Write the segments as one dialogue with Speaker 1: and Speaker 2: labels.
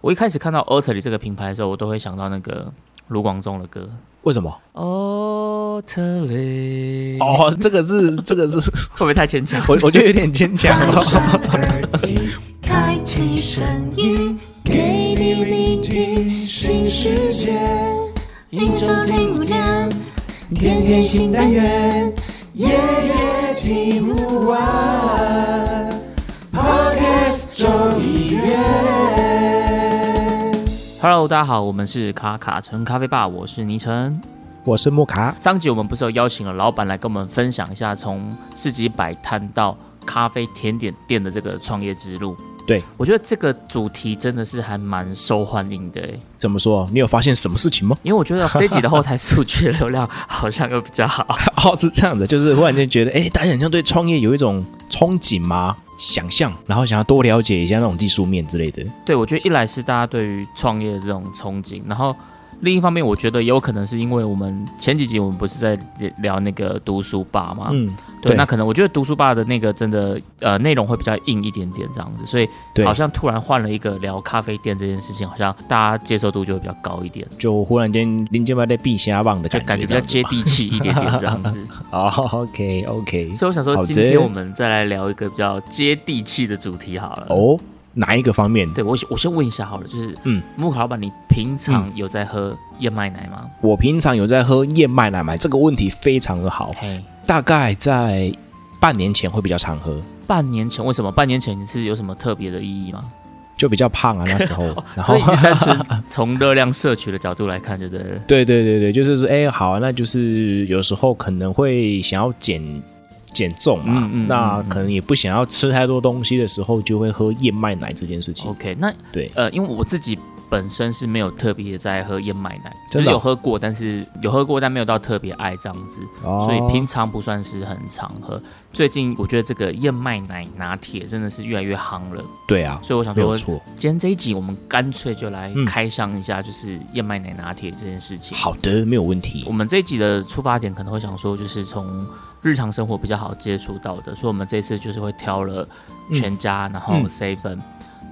Speaker 1: 我一开始看到 a l t e r y 这个品牌的时候，我都会想到那个卢广仲的歌
Speaker 2: 为什么？
Speaker 1: a l t e r y
Speaker 2: 哦， 这个是这个是，
Speaker 1: 会不会太牵强？
Speaker 2: 我我觉得有点牵强
Speaker 3: 戴上
Speaker 2: 了。
Speaker 3: 耳机， 开启声音，给你聆听新世界。一周听五天，天天新单元，夜夜听不完。Podcast 周一月。
Speaker 1: Hello，大家好，我们是卡卡城咖啡吧，我是倪晨。
Speaker 2: 我是木卡，
Speaker 1: 上集我们不是有邀请了老板来跟我们分享一下从市集摆摊到咖啡甜点店的这个创业之路。
Speaker 2: 对，
Speaker 1: 我觉得这个主题真的是还蛮受欢迎的诶，
Speaker 2: 怎么说？你有发现什么事情吗？
Speaker 1: 因为我觉得这一集的后台数据流量好像又比较好。
Speaker 2: 哦，是这样子，就是忽然间觉得，哎，大家好像对创业有一种憧憬嘛，想象，然后想要多了解一下那种技术面之类的。
Speaker 1: 对，我觉得一来是大家对于创业的这种憧憬，然后另一方面，我觉得也有可能是因为我们前几集我们不是在聊那个读书吧嘛，
Speaker 2: 嗯，
Speaker 1: 对，
Speaker 2: 对
Speaker 1: 那可能我觉得读书吧的那个真的呃内容会比较硬一点点这样子，所以
Speaker 2: 对，
Speaker 1: 好像突然换了一个聊咖啡店这件事情，好像大家接受度就会比较高一点，
Speaker 2: 就忽然间林间麦在避瞎棒的
Speaker 1: 就
Speaker 2: 感觉，
Speaker 1: 感觉比较
Speaker 2: 这
Speaker 1: 接
Speaker 2: 样子
Speaker 1: 地气一点点这样子。
Speaker 2: 吧。 哦，OK OK，
Speaker 1: 所以我想
Speaker 2: 好
Speaker 1: 说，
Speaker 2: 的
Speaker 1: 今天我们再来聊一个比较接地气的主题好了。
Speaker 2: 哦，哪一个方面？
Speaker 1: 对我先，我先问一下好了，就是，
Speaker 2: 嗯
Speaker 1: 嗯，木卡老板，你平常有在喝燕麦奶吗？
Speaker 2: 我平常有在喝燕麦奶吗？这个问题非常的好，
Speaker 1: 嘿，
Speaker 2: 大概在半年前会比较常喝，
Speaker 1: 半年前为什么？半年前是有什么特别的意义吗？
Speaker 2: 就比较 胖啊那时候，然后
Speaker 1: 哦所以是单纯从热量摄取的角度来看，对不对？
Speaker 2: 对对对对，就是说，哎、好啊、那就是有时候可能会想要减减重嘛，
Speaker 1: 嗯嗯嗯
Speaker 2: 那
Speaker 1: 嗯
Speaker 2: 可能也不想要吃太多东西的时候，就会喝燕麦奶这件事情。
Speaker 1: OK，那
Speaker 2: 对
Speaker 1: 呃，因为我自己本身是没有特别在喝燕麦奶，就
Speaker 2: 真
Speaker 1: 是
Speaker 2: 的哦
Speaker 1: 有喝过，但是有喝过，但没有到特别爱这样子，
Speaker 2: 哦
Speaker 1: 所以平常不算是很常喝。最近我觉得这个燕麦奶拿铁真的是越来越夯了，
Speaker 2: 对啊，
Speaker 1: 所以我想
Speaker 2: 没有
Speaker 1: 说，
Speaker 2: 错。
Speaker 1: 今天这一集我们干脆就来
Speaker 2: 嗯
Speaker 1: 开箱一下，就是燕麦奶拿铁这件事情。
Speaker 2: 好的，没有问题
Speaker 1: 我。们这一集的出发点可能会想说，就是从日常生活比较好接触到的，所以我们这次就是会挑了全家，然后
Speaker 2: 嗯
Speaker 1: seven，、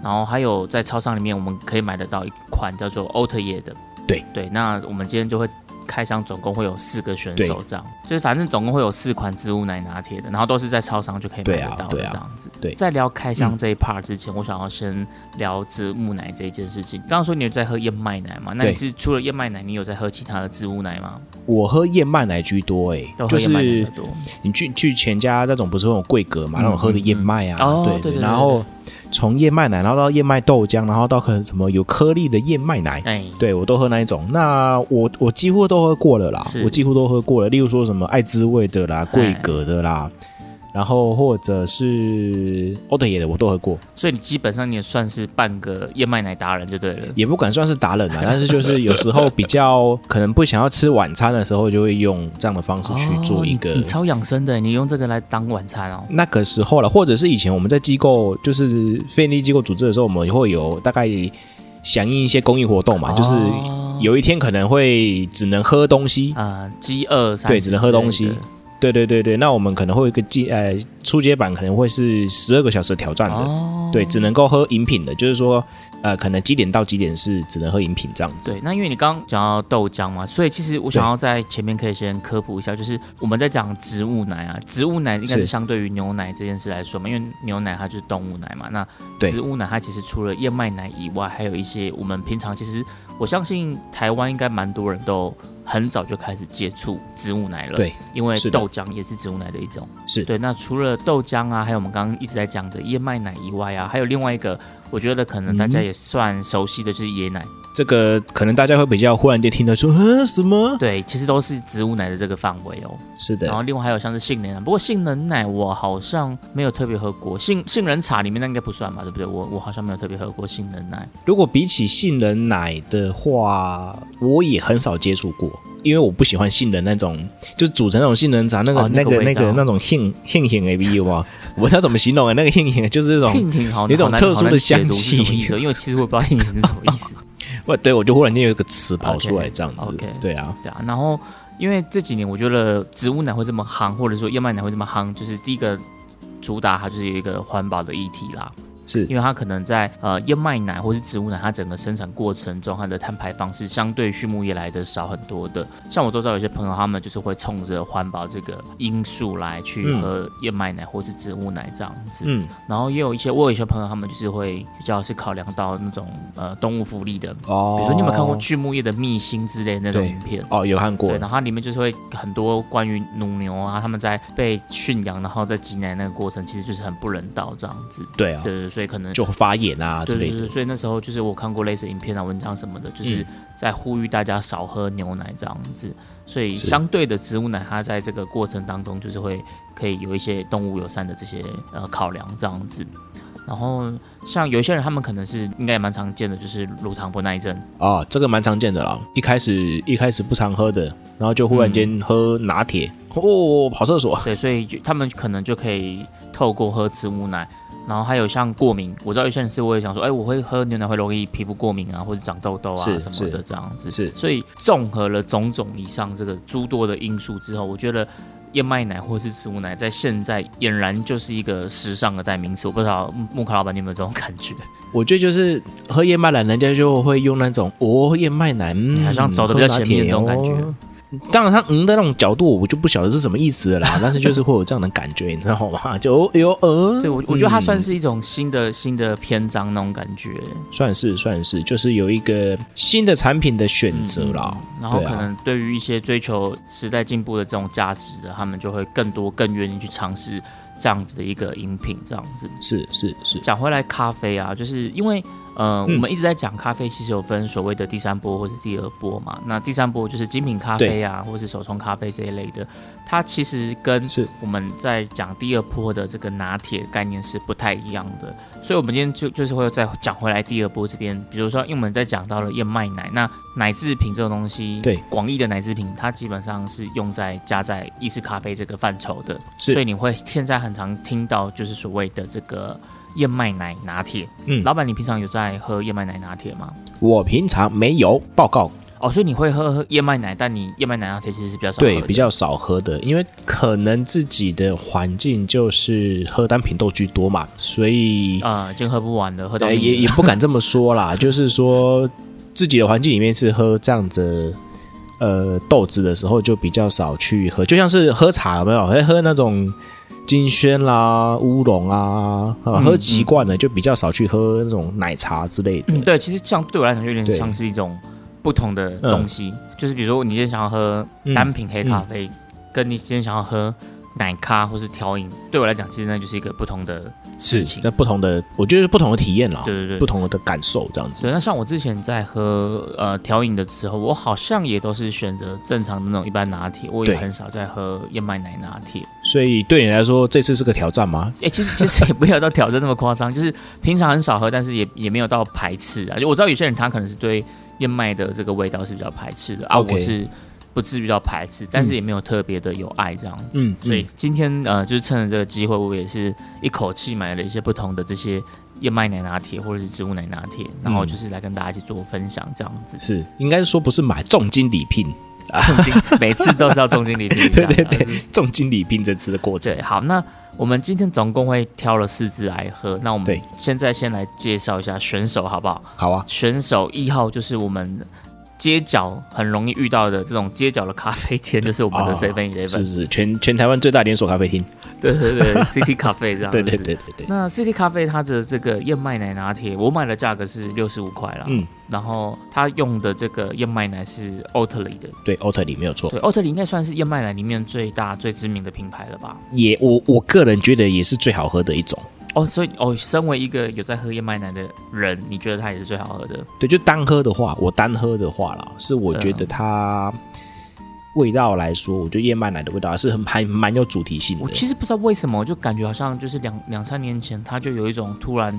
Speaker 1: 然后还有在超商里面我们可以买得到一款叫做欧特叶的。
Speaker 2: 对
Speaker 1: 对，那我们今天就会开箱，总共会有四个选手
Speaker 2: 对
Speaker 1: 这样，就是反正总共会有四款植物奶拿铁的，然后都是在超商就可以买
Speaker 2: 对
Speaker 1: 得
Speaker 2: 啊
Speaker 1: 到的
Speaker 2: 对
Speaker 1: 这
Speaker 2: 啊
Speaker 1: 样子。
Speaker 2: 对
Speaker 1: 在聊开箱这一 part 之前，我想要先聊植物奶这一件事情。刚刚说你有在喝燕麦奶嘛？那
Speaker 2: 对
Speaker 1: 你是除了燕麦奶，你有在喝其他的植物奶吗？
Speaker 2: 我喝燕麦奶居多、诶，
Speaker 1: 都
Speaker 2: 就
Speaker 1: 喝燕麦
Speaker 2: 是
Speaker 1: 奶多，
Speaker 2: 你去去全家那种不是会有贵格嘛，那种喝的燕麦啊，
Speaker 1: 嗯嗯嗯哦
Speaker 2: 对
Speaker 1: 对对对
Speaker 2: 然后从燕麦奶，然后到燕麦豆浆，然后到可能什么有颗粒的燕麦奶，
Speaker 1: 哎，
Speaker 2: 对我都喝那一种。那我我几乎都喝过了啦
Speaker 1: 是，哎
Speaker 2: 我几乎都喝过了。例如说什么爱滋味的啦、桂格的啦，然后或者是欧德野的，我都喝过。
Speaker 1: 所以你基本上你也算是半个燕麦奶达人就对了。
Speaker 2: 也不敢算是达人 啦，但是就是有时候比较可能不想要吃晚餐的时候，就会用这样的方式去做一个
Speaker 1: 哦你，你超养生的，你用这个来当晚餐哦。
Speaker 2: 那个时候了，或者是以前我们在机构，就是非利机构组织的时候，我们会有大概响应一些公益活动嘛，就是
Speaker 1: 哦
Speaker 2: 有一天可能会只能喝东西，
Speaker 1: 啊，饥饿三
Speaker 2: 对
Speaker 1: 十
Speaker 2: 只能喝东西
Speaker 1: 之类的
Speaker 2: 对对对对，那我们可能会有一个进呃初阶版可能会是十二个小时挑战的，
Speaker 1: 哦，
Speaker 2: 对，只能够喝饮品的，就是说呃可能几点到几点是只能喝饮品这样子。
Speaker 1: 对，那因为你刚刚讲到豆浆嘛，所以其实我想要在前面可以先科普一下，就是我们在讲植物奶啊，植物奶应该是
Speaker 2: 是
Speaker 1: 相对于牛奶这件事来说嘛，因为牛奶它就是动物奶嘛，那
Speaker 2: 对
Speaker 1: 植物奶它其实除了燕麦奶以外，还有一些我们平常其实我相信台湾应该蛮多人都很早就开始接触植物奶了，，
Speaker 2: 对，
Speaker 1: 因为
Speaker 2: 是的
Speaker 1: 豆浆也是植物奶的一种。
Speaker 2: 是
Speaker 1: 对，那除了豆浆啊，还有我们刚刚一直在讲的燕麦奶以外啊，还有另外一个，我觉得可能大家
Speaker 2: 嗯
Speaker 1: 也算熟悉的就是椰奶。
Speaker 2: 这个可能大家会比较忽然间听到说，嗯，什 么？
Speaker 1: 对，其实都是植物奶的这个范围哦。
Speaker 2: 是
Speaker 1: 然后
Speaker 2: 的，
Speaker 1: 另外还有像是杏仁奶，不过杏仁奶我好像没有特别喝过，杏杏仁茶里面那应该不算吧，对不对？我我好像没有特别喝过杏仁奶。
Speaker 2: 如果比起杏仁奶的话，我也很少接触过，因为我不喜欢杏仁那种，就是煮成那种杏仁茶那个、
Speaker 1: 哦那
Speaker 2: 那
Speaker 1: 个
Speaker 2: 个那
Speaker 1: 味
Speaker 2: 个
Speaker 1: 道
Speaker 2: 那种杏杏杏 A B 有吗？我不知道怎么形容啊，那个杏杏就是这种
Speaker 1: 硬挺好，
Speaker 2: 有一种
Speaker 1: 好难
Speaker 2: 特殊的
Speaker 1: 好难解读
Speaker 2: 香
Speaker 1: 是什么
Speaker 2: 气
Speaker 1: 意思哦？因为其实我也不知道硬挺是什么意思。
Speaker 2: 我对我就忽然间有一个词跑出来
Speaker 1: OK，
Speaker 2: 这样子
Speaker 1: OK
Speaker 2: 对啊，
Speaker 1: 对啊，然后因为这几年我觉得植物奶会这么夯，或者说燕麦奶会这么夯，就是第一个主打它就是有一个环保的议题啦。
Speaker 2: 是
Speaker 1: 因为它可能在呃燕麦奶或是植物奶，它整个生产过程中它的碳排放是相对畜牧业来的少很多的。像我周遭有些朋友，他们就是会冲着环保这个因素来去
Speaker 2: 嗯
Speaker 1: 喝燕麦奶或是植物奶这样子。
Speaker 2: 嗯
Speaker 1: 然后也有一些，我有一些朋友，他们就是会比较是考量到那种呃动物福利的，比
Speaker 2: 哦，
Speaker 1: 如说你有没有看过畜牧业的秘辛之类的那种
Speaker 2: 对
Speaker 1: 影片？
Speaker 2: 哦，有看过
Speaker 1: 对，然后它里面就是会很多关于乳牛啊，他们在被驯养，然后在挤奶那个过程，其实就是很不人道这样子。
Speaker 2: 对啊，
Speaker 1: 对对，所以可能
Speaker 2: 就发炎啊之
Speaker 1: 对
Speaker 2: 类
Speaker 1: 对对，
Speaker 2: 的，
Speaker 1: 所以那时候就是我看过类似影片啊、文章什么的，就是
Speaker 2: 嗯
Speaker 1: 在呼吁大家少喝牛奶这样子。所以
Speaker 2: 是
Speaker 1: 相对的，植物奶它在这个过程当中，就是会可以有一些动物友善的这些呃考量这样子。然后像有一些人，他们可能是应该也蛮常见的，就是乳糖不耐症。
Speaker 2: 哦，这个蛮常见的啦。一开始一开始不常喝的，然后就忽然间喝拿铁，哦，跑厕所，
Speaker 1: 对，所以就他们可能就可以透过喝植物奶，然后还有像过敏，我知道有些人是会想说，哎、我会喝牛奶会容易皮肤过敏啊，或者长痘痘啊
Speaker 2: 是
Speaker 1: 什么的
Speaker 2: 是
Speaker 1: 这样子。
Speaker 2: 是
Speaker 1: 所以综合了种种以上这个诸多的因素之后，我觉得。燕麦奶或是植物奶，在现在俨然就是一个时尚的代名词。我不知道木木卡老板你有没有这种感觉？
Speaker 2: 我觉得就是喝燕麦奶，人家就会用那种哦燕麦奶，嗯，
Speaker 1: 好像走得比较前面
Speaker 2: 喝拿铁
Speaker 1: 这种感觉
Speaker 2: 哦当然，他嗯的那种角度，我就不晓得是什么意思了 啦。但是就是会有这样的感觉，你知道吗？就哦哎呦，呃，
Speaker 1: 对我，我觉得它算
Speaker 2: 嗯
Speaker 1: 是一种新的新的篇章那种感觉。
Speaker 2: 算是算是，就是有一个新的产品的选择啦。
Speaker 1: 嗯然后
Speaker 2: 对啊
Speaker 1: 可能对于一些追求时代进步的这种价值的，他们就会更多、更愿意去尝试这样子的一个饮品，这样子。
Speaker 2: 是是是，
Speaker 1: 讲回来，咖啡啊，就是因为呃，
Speaker 2: 嗯
Speaker 1: 我们一直在讲咖啡，其实有分所谓的第三波或是第二波嘛。那第三波就是精品咖啡啊，或是手冲咖啡这一类的，它其实跟
Speaker 2: 是
Speaker 1: 我们在讲第二波的这个拿铁概念是不太一样的。所以，我们今天就就是会再讲回来第二波这边，比如说，因为我们在讲到了燕麦奶，那奶制品这种东西，
Speaker 2: 对
Speaker 1: 广义的奶制品，它基本上是用在加在意式咖啡这个范畴的，
Speaker 2: 是
Speaker 1: 所以你会现在很常听到就是所谓的这个燕麦奶拿铁。
Speaker 2: 嗯
Speaker 1: 老板，你平常有在喝燕麦奶拿铁吗？
Speaker 2: 我平常没有报告，
Speaker 1: 哦，所以你会喝喝燕麦奶，但你燕麦奶拿铁其实是比较少喝的。
Speaker 2: 对，比较少喝的，因为可能自己的环境就是喝单品豆居多嘛，所以、
Speaker 1: 呃，已经喝不完了，喝到
Speaker 2: 呃
Speaker 1: 腻
Speaker 2: 也
Speaker 1: 了
Speaker 2: 也不敢这么说啦，啊 就是说自己的环境里面是喝这样的。呃，豆子的时候就比较少去喝，就像是喝茶有没有？会喝那种金萱啦、乌龙啊，啊
Speaker 1: 嗯
Speaker 2: 喝习惯了就比较少去喝那种奶茶之类的。
Speaker 1: 嗯对，其实这样对我来讲有点
Speaker 2: 对
Speaker 1: 像是一种不同的东西，就是比如说你今天想要喝
Speaker 2: 嗯
Speaker 1: 单品黑咖啡，跟你今天想要喝奶咖或是调饮，对我来讲，其实那就是一个不同的事情。
Speaker 2: 那不同的，我觉得是不同的体验啦，
Speaker 1: 对对
Speaker 2: 不
Speaker 1: 对。
Speaker 2: 同的感受这样子。
Speaker 1: 对，那像我之前在喝呃调饮的时候，我好像也都是选择正常的那种一般拿铁，我也
Speaker 2: 对
Speaker 1: 很少在喝燕麦奶拿铁。
Speaker 2: 所以对你来说，这次是个挑战吗？
Speaker 1: 哎、其实其实也不要到挑战那么夸张，就是平常很少喝，但是也也没有到排斥啊。就我知道有些人他可能是对燕麦的这个味道是比较排斥的啊
Speaker 2: OK
Speaker 1: 我是不至于到排斥，但是也没有特别的有爱这样。
Speaker 2: 嗯，
Speaker 1: 所以今天呃，就是趁着这个机会，我也是一口气买了一些不同的这些燕麦奶拿铁或者是植物奶拿铁，然
Speaker 2: 嗯
Speaker 1: 后就是来跟大家一起做分享这样子。
Speaker 2: 是应该说不是买重金礼聘，
Speaker 1: 重金每次都是要重金礼聘一下，
Speaker 2: 对对
Speaker 1: 对
Speaker 2: 重金礼聘这次的过程。
Speaker 1: 对，好，那我们今天总共会挑了四支来喝，那我们
Speaker 2: 对
Speaker 1: 现在先来介绍一下选手好不好？
Speaker 2: 好啊，
Speaker 1: 选手一号就是我们街角很容易遇到的这种街角的咖啡店，啊就是我们的
Speaker 2: 哦
Speaker 1: Seven Eleven，、
Speaker 2: 是是全全台湾最大连锁咖啡厅。
Speaker 1: 对对对，City Cafe 这样
Speaker 2: 对
Speaker 1: 子。
Speaker 2: 对对对对，
Speaker 1: 那 City 咖啡它的这个燕麦奶拿铁，我买的价格是六十五块啦，
Speaker 2: 嗯，
Speaker 1: 然后它用的这个燕麦奶是 Oatly 的，
Speaker 2: 对，奥特里没有错。
Speaker 1: 对，Oatly 应该算是燕麦奶里面最大最知名的品牌了吧？
Speaker 2: 也我我个人觉得也是最好喝的一种。
Speaker 1: 哦，所以哦，身为一个有在喝燕麦奶的人，你觉得它也是最好喝的？
Speaker 2: 对，就单喝的话，我单喝的话啦，是我觉
Speaker 1: 嗯
Speaker 2: 得它味道来说，我觉得燕麦奶的味道还是很还蛮有主题性
Speaker 1: 我
Speaker 2: 的。
Speaker 1: 其实不知道为什么，我就感觉好像就是两两三年前，它就有一种突然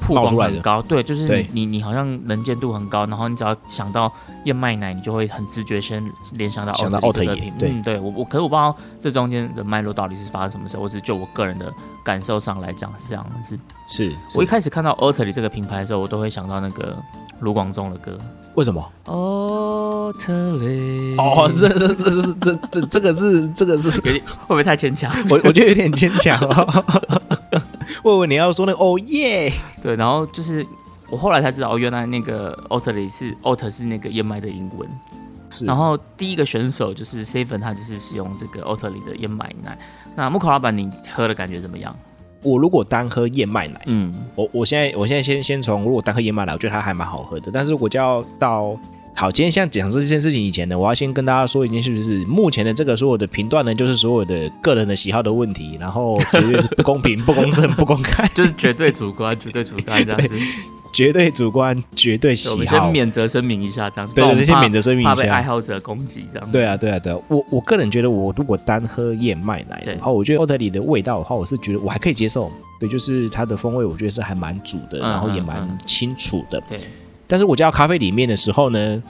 Speaker 1: 曝
Speaker 2: 冒
Speaker 1: 光
Speaker 2: 出来
Speaker 1: 很
Speaker 2: 的
Speaker 1: 高，对，就是
Speaker 2: 对
Speaker 1: 你你你好像能见度很高，然后你只要想到燕麦奶，你就会很直觉先联想到
Speaker 2: 想到
Speaker 1: 奥特利
Speaker 2: 奥
Speaker 1: 这
Speaker 2: 特
Speaker 1: 个
Speaker 2: 爷
Speaker 1: 品
Speaker 2: 对
Speaker 1: 嗯、对我我可是我不知道这中间的脉络到底是发生什么事，我只是就我个人的感受上来讲是这样子。
Speaker 2: 是，是
Speaker 1: 我一开始看到奥特利这个品牌的时候，我都会想到那个卢广仲的歌
Speaker 2: 为什么？
Speaker 1: 奥特利
Speaker 2: 哦，这这这这这这这个是这个是
Speaker 1: 会不会太牵强？
Speaker 2: 我我觉得有点牵强、哦。我以为你要说那个哦耶，
Speaker 1: 对，然后就是我后来才知道，哦，原来那个 Otter 里是 Otter 是那个燕麦的英文。
Speaker 2: 是，
Speaker 1: 然后第一个选手就是 Seven，他就是使用这个 Otter 里的燕麦奶。那木口老板，你喝的感觉怎么样？
Speaker 2: 我如果单喝燕麦奶，
Speaker 1: 嗯，
Speaker 2: 我我现在我现在先先从如果单喝燕麦奶，我觉得它还蛮好喝的。但是如果就要到好，今天像讲这件事情以前呢，我要先跟大家说一件事，就是目前的这个所有的评断呢，就是所有的个人的喜好的问题，然后绝对是不公平、不公正、不公开，
Speaker 1: 就是绝对主观，绝对主观这样子。
Speaker 2: 绝对主观，绝对喜
Speaker 1: 对我们
Speaker 2: 好
Speaker 1: 先。免责声明一下，这样子。
Speaker 2: 对
Speaker 1: 不然我
Speaker 2: 对，
Speaker 1: 们
Speaker 2: 先
Speaker 1: 怕
Speaker 2: 免责声明
Speaker 1: 怕
Speaker 2: 一
Speaker 1: 被爱
Speaker 2: 下。
Speaker 1: 好者攻击这样。
Speaker 2: 对啊，对啊，对啊，我我个人觉得，我如果单喝燕麦奶
Speaker 1: 对
Speaker 2: 的话，我觉得奥特里的味道的话，我是觉得我还可以接受。对，就是它的风味，我觉得是还蛮足的，
Speaker 1: 嗯
Speaker 2: 然后也
Speaker 1: 嗯
Speaker 2: 蛮
Speaker 1: 嗯
Speaker 2: 清楚的。
Speaker 1: 对，
Speaker 2: 但是我加到咖啡里面的时候呢，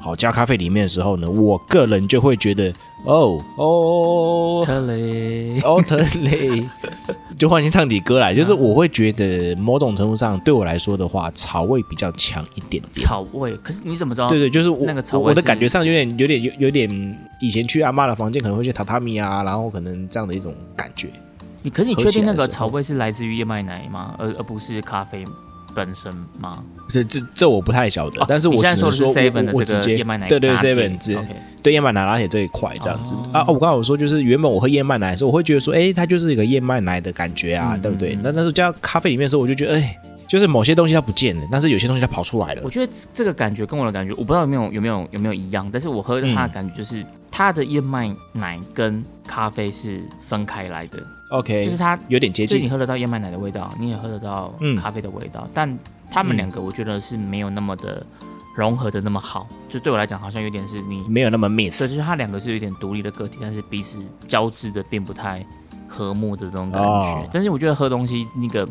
Speaker 2: 好加咖啡里面的时候呢，我个人就会觉得哦哦
Speaker 1: 克雷，
Speaker 2: 哦特 累，就换新唱起歌来，就是
Speaker 1: 嗯
Speaker 2: 我会觉得某种程度上对我来说的话，草味比较强一点点。
Speaker 1: 草味。可是你怎么知道？
Speaker 2: 对对，就是我
Speaker 1: 啊那个草味
Speaker 2: 我的
Speaker 1: 是
Speaker 2: 感觉上有点有点有有点，以前去阿妈的房间可能会去榻榻米啊，然后可能这样的一种感觉。
Speaker 1: 你可是你
Speaker 2: 合
Speaker 1: 确
Speaker 2: 起
Speaker 1: 定
Speaker 2: 来
Speaker 1: 那
Speaker 2: 的
Speaker 1: 个
Speaker 2: 时
Speaker 1: 草
Speaker 2: 候
Speaker 1: 味是来自于燕麦奶吗？而而不是咖啡本身吗？
Speaker 2: 这这这我不太晓得，但是
Speaker 1: 哦你
Speaker 2: 我
Speaker 1: 现在
Speaker 2: 只能
Speaker 1: 的是
Speaker 2: 说我
Speaker 1: Seven 的
Speaker 2: 我我直
Speaker 1: 这个
Speaker 2: 接
Speaker 1: 燕麦奶
Speaker 2: 对对
Speaker 1: 拿铁
Speaker 2: Seven 直
Speaker 1: OK
Speaker 2: 对燕麦奶拿铁这一块这样子、
Speaker 1: 哦
Speaker 2: 啊啊！我刚刚有说，就是原本我喝燕麦奶的时候，我会觉得说，哎、它就是一个燕麦奶的感觉啊，
Speaker 1: 嗯
Speaker 2: 对不对
Speaker 1: 嗯？
Speaker 2: 那那时候加到咖啡里面的时候，我就觉得，哎、就是某些东西它不见了，但是有些东西它跑出来
Speaker 1: 我
Speaker 2: 了。
Speaker 1: 觉得这个感觉跟我的感觉，我不知道有没有有没有有没有一样，但是我喝它的
Speaker 2: 嗯
Speaker 1: 感觉就是、它的燕麦奶跟咖啡是分开来的，
Speaker 2: OK，
Speaker 1: 就是它，
Speaker 2: 有点接
Speaker 1: 就是你
Speaker 2: 近。
Speaker 1: 喝得到燕麦奶的味道，你也喝得到
Speaker 2: 嗯
Speaker 1: 咖啡的味道，但它们
Speaker 2: 嗯
Speaker 1: 两个我觉得是没有那么的融合的那么好，就对我来讲好像有点是你，
Speaker 2: 没有那么
Speaker 1: 对，就
Speaker 2: miss
Speaker 1: 是它两个是有点独立的个体，但是彼此交织的并不太和睦的这种感觉，
Speaker 2: 哦
Speaker 1: 但是我觉得喝东西那个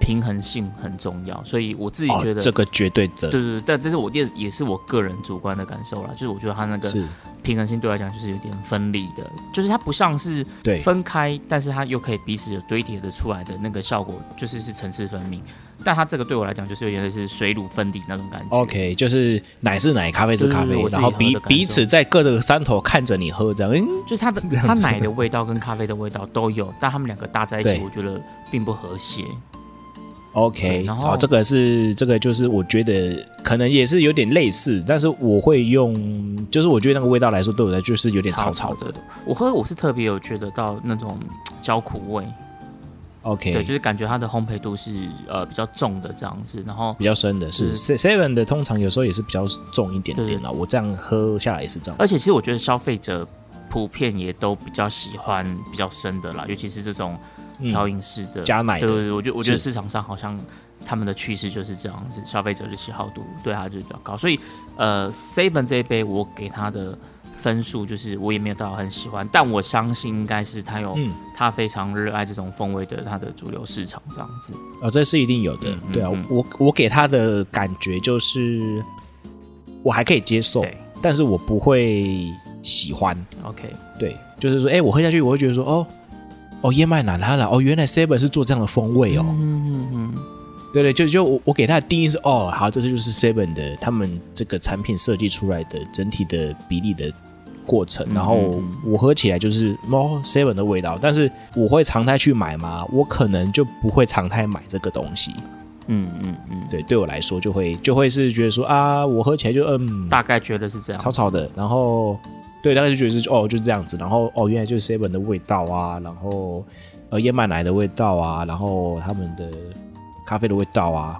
Speaker 1: 平衡性很重要，所以我自己
Speaker 2: 哦
Speaker 1: 觉，得、
Speaker 2: 这个绝对的，
Speaker 1: 对对对，但这是我也也是我个人主观的感受啦，就是我觉得它那个
Speaker 2: 是，
Speaker 1: 平衡性对我来讲就是有点分离的，就是它不像是
Speaker 2: 对，
Speaker 1: 分开，但是它又可以彼此有堆叠的出来的那个效果，就是是层次分明。但它这个对我来讲就是有点类似水乳分离那种感觉。
Speaker 2: OK，就是奶是奶，咖啡是
Speaker 1: 对对
Speaker 2: 咖
Speaker 1: 对
Speaker 2: 啡
Speaker 1: 我，自己
Speaker 2: 然后
Speaker 1: 喝
Speaker 2: 彼
Speaker 1: 的感
Speaker 2: 彼
Speaker 1: 受
Speaker 2: 此在各个山头看着你喝这样，嗯，
Speaker 1: 就是它的
Speaker 2: 样子
Speaker 1: 它奶的味道跟咖啡的味道都有，但它们两个搭在一起，
Speaker 2: 对
Speaker 1: 我觉得并不和谐。
Speaker 2: OK，
Speaker 1: 对然后
Speaker 2: 好，这个是这个就是我觉得可能也是有点类似，但是我会用，就是我觉得那个味道来说，对我来说就是有点
Speaker 1: 超
Speaker 2: 草草的。
Speaker 1: 我喝我是特别有觉得到那种嘖焦苦味，对，
Speaker 2: OK，
Speaker 1: 就是感觉它的烘焙度是呃比较重的这样子，然后
Speaker 2: 比较深的是
Speaker 1: 嗯
Speaker 2: Se- Seven 的，通常有时候也是比较重一点
Speaker 1: 对
Speaker 2: 点啦。我这样喝下来也是这样。
Speaker 1: 而且其实我觉得消费者普遍也都比较喜欢比较深的啦，尤其是这种调
Speaker 2: 嗯，
Speaker 1: 饮式的、
Speaker 2: 加奶
Speaker 1: 对
Speaker 2: 的
Speaker 1: 对对，我觉得我觉得
Speaker 2: 是
Speaker 1: 市场上好像他们的趋势就是这样子，消费者的喜好度对它就是比较高，所以呃，seven 这一杯我给它的分数就是我也没有到很喜欢，但我相信应该是他有、
Speaker 2: 嗯
Speaker 1: 他非常热爱这种风味的他的主流市场这样子，
Speaker 2: 哦，这是一定有的
Speaker 1: 嗯。嗯
Speaker 2: 对啊
Speaker 1: 嗯，
Speaker 2: 我我给他的感觉就是我还可以接受，
Speaker 1: 对
Speaker 2: 但是我不会喜欢。
Speaker 1: ，OK，
Speaker 2: 对，就是说，哎、我喝下去，我会觉得说，哦，哦，燕麦奶它了，哦，原来 Seven 是做这样的风味哦，
Speaker 1: 嗯嗯嗯嗯，
Speaker 2: 对对，就就我我给它的定义是，哦，好，这就是 Seven 的他们这个产品设计出来的整体的比例的过程，然后
Speaker 1: 嗯嗯
Speaker 2: 我喝起来就是哦 Seven 的味道，但是我会常态去买吗？我可能就不会常态买这个东西，
Speaker 1: 嗯嗯嗯，
Speaker 2: 对，对我来说就会就会是觉得说啊，我喝起来就嗯，
Speaker 1: 大概觉得是这样，
Speaker 2: 草草的，然后对，大概就觉得是哦，就是这样子，然后哦，原来就是 seven 的味道啊，然后呃燕麦奶的味道啊，然后他们的咖啡的味道啊，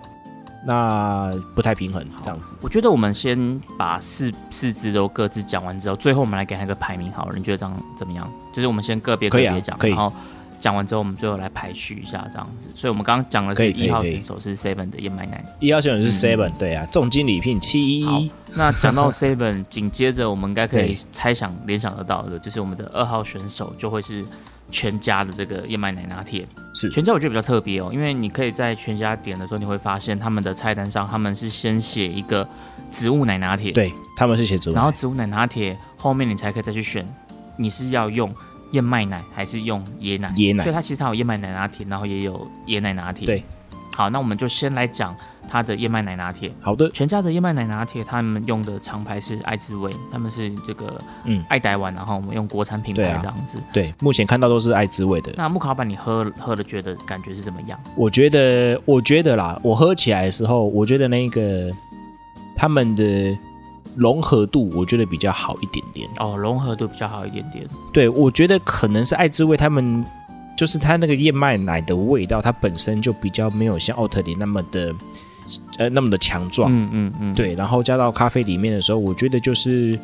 Speaker 2: 那不太平衡这样子。
Speaker 1: 我觉得我们先把四四支都各自讲完之后，最后我们来给它一个排名好了，你觉得这样怎么样？就是我们先个别个
Speaker 2: 可以啊
Speaker 1: 别讲，
Speaker 2: 可以
Speaker 1: 然后讲完之后，我们最后来排序一下这样子。所以我们刚刚讲的
Speaker 2: 可
Speaker 1: 是
Speaker 2: 以可以
Speaker 1: 一号
Speaker 2: 可以
Speaker 1: 选手是 Seven 的燕麦奶。
Speaker 2: 一号选手是
Speaker 1: 嗯
Speaker 2: seven，、对啊，重金礼聘七
Speaker 1: 好
Speaker 2: 一，
Speaker 1: 那讲 到 Seven，紧接着我们应该可以
Speaker 2: 对
Speaker 1: 猜想联想得到的，就是我们的二号选手就会是全家的这个燕麦奶拿铁。
Speaker 2: 是
Speaker 1: 全家我觉得比较特别哦，因为你可以在全家点的时候，你会发现他们的菜单上他们是先写一个植物奶拿铁，
Speaker 2: 对，他们是写植物
Speaker 1: 然
Speaker 2: 奶
Speaker 1: 后，植物奶拿铁后面你才可以再去选，你是要用燕麦奶还是用椰奶？
Speaker 2: 椰奶
Speaker 1: 所以它其实它有燕麦奶拿铁，然后也有椰奶拿铁。
Speaker 2: 对，
Speaker 1: 好，那我们就先来讲它的燕麦奶拿铁。
Speaker 2: 好的，
Speaker 1: 全家的燕麦奶拿铁，他们用的厂牌是爱滋味，他们是这个
Speaker 2: 嗯
Speaker 1: 爱呆丸，然后我们用国产品
Speaker 2: 对
Speaker 1: 牌
Speaker 2: 啊
Speaker 1: 这样子。
Speaker 2: 对，目前看到都是爱滋味的。
Speaker 1: 那木卡老板，你喝喝了觉得感觉是怎么样？
Speaker 2: 我觉得，我觉得啦，我喝起来的时候，我觉得那个他们的融合度，我觉得比较好一点点。
Speaker 1: 哦，融哦合度比较好一点点。
Speaker 2: 对，我觉得可能是爱滋味，他们就是它那个燕麦奶的味道，它本身就比较没有像奥特里那么的呃那么的强壮。
Speaker 1: 嗯嗯嗯，，
Speaker 2: 对，然后加到咖啡里面的时候，我觉得就是，